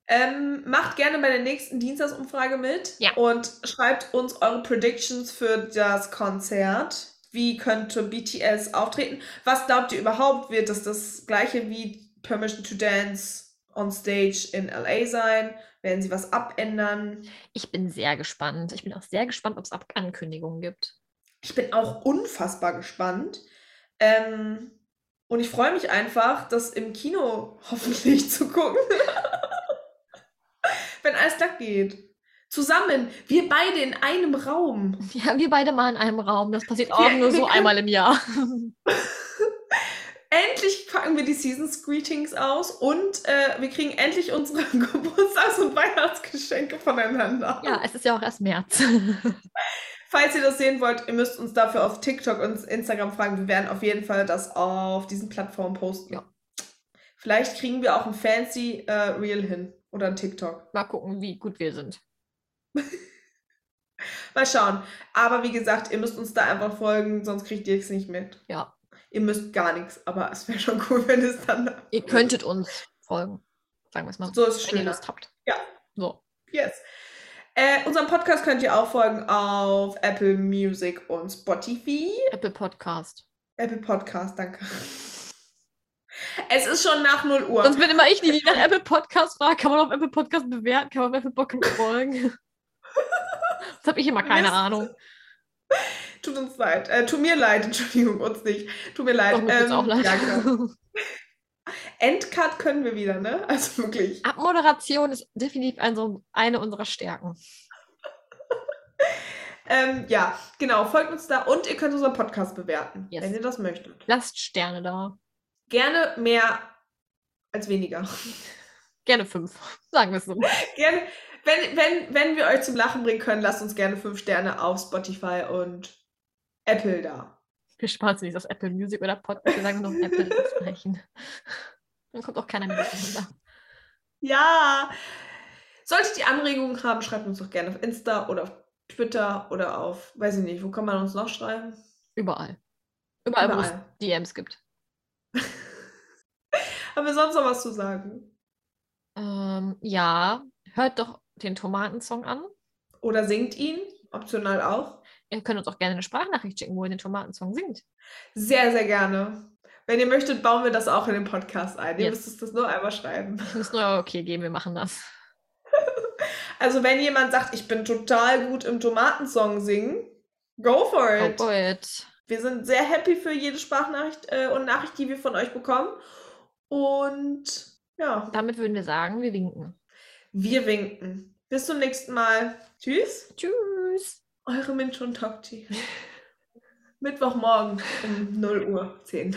A: Ähm, macht gerne bei der nächsten Dienstagsumfrage mit
B: Ja.
A: und schreibt uns eure Predictions für das Konzert. Wie könnte BTS auftreten? Was glaubt ihr überhaupt? Wird das das gleiche wie Permission to Dance on Stage in LA sein? Werden sie was abändern?
B: Ich bin sehr gespannt. Ich bin auch sehr gespannt, ob es Ab- Ankündigungen gibt.
A: Ich bin auch unfassbar gespannt. Ähm, und ich freue mich einfach, das im Kino hoffentlich zu gucken. [LAUGHS] Wenn alles glatt geht. Zusammen, wir beide in einem Raum.
B: Ja, wir beide mal in einem Raum. Das passiert auch nur
A: [LAUGHS] wir
B: so
A: können-
B: einmal im Jahr.
A: Endlich packen wir die Seasons Greetings aus und äh, wir kriegen endlich unsere [LAUGHS] Geburtstags- und Weihnachtsgeschenke voneinander.
B: Ja, es ist ja auch erst März. [LAUGHS]
A: Falls ihr das sehen wollt, ihr müsst uns dafür auf TikTok und Instagram fragen. Wir werden auf jeden Fall das auf diesen Plattformen posten.
B: Ja.
A: Vielleicht kriegen wir auch ein fancy äh, Reel hin oder ein TikTok.
B: Mal gucken, wie gut wir sind.
A: Mal schauen. Aber wie gesagt, ihr müsst uns da einfach folgen, sonst kriegt ihr es nicht mit.
B: Ja.
A: Ihr müsst gar nichts, aber es wäre schon cool, [LAUGHS] wenn es dann. da-
B: Ihr könntet uns folgen. Sagen wir es mal so.
A: So ist es
B: Wenn ihr
A: schöner.
B: Lust habt.
A: Ja.
B: So.
A: Yes. Äh, unserem Podcast könnt ihr auch folgen auf Apple Music und Spotify.
B: Apple Podcast.
A: Apple Podcast, danke. [LAUGHS] Es ist schon nach 0 Uhr.
B: Sonst bin immer ich, die, die nach Apple Podcast fragt. Kann man auf Apple Podcast bewerten? Kann man auf Apple Podcast folgen? Das habe ich immer keine
A: Mist.
B: Ahnung.
A: Tut uns leid. Äh, tut mir leid, [LAUGHS] Entschuldigung, uns nicht. Tut mir leid. Ähm,
B: Doch, mir tut's auch leid.
A: Danke. Endcard können wir wieder, ne? [LAUGHS] Also wirklich.
B: Abmoderation ist definitiv ein, so, eine unserer Stärken.
A: Ähm, ja, genau. Folgt uns da und ihr könnt unseren Podcast bewerten,
B: Yes.
A: wenn ihr das möchtet.
B: Lasst Sterne da.
A: Gerne mehr als weniger. [LAUGHS]
B: Gerne fünf. [LAUGHS] Sagen wir es so.
A: Gerne, wenn, wenn, wenn wir euch zum Lachen bringen können, lasst uns gerne fünf Sterne auf Spotify und Apple da.
B: Wir sparen es nicht auf Apple Music oder Podcast. Wir sagen nur noch Apple [LAUGHS] Zeichen. Dann kommt auch keiner mehr dahinter.
A: Ja. Solltet ihr Anregungen haben, schreibt uns doch gerne auf Insta oder auf Twitter oder auf, weiß ich nicht, wo kann man uns noch schreiben?
B: Überall. Überall, wo es DMs gibt.
A: Haben wir sonst noch was zu sagen?
B: Ähm, ja, hört doch den Tomatensong an.
A: Oder singt ihn, optional auch.
B: Ihr könnt uns auch gerne eine Sprachnachricht schicken, wo ihr den Tomatensong singt.
A: Sehr, sehr gerne. Wenn ihr möchtet, bauen wir das auch in den Podcast ein. Ihr
B: Yes.
A: müsst es das nur einmal schreiben.
B: Ich muss nur euer okay geben, wir machen das.
A: Also wenn jemand sagt, ich bin total gut im Tomatensong singen, go for
B: Oh
A: it.
B: it.
A: wir sind sehr happy für jede Sprachnachricht äh, und Nachricht, die wir von euch bekommen. Und ja,
B: Damit würden wir sagen, wir winken.
A: wir winken. Bis zum nächsten Mal. Tschüss.
B: Tschüss.
A: [LAUGHS] Eure Minch und Topti. Mittwochmorgen um 0 Uhr 10.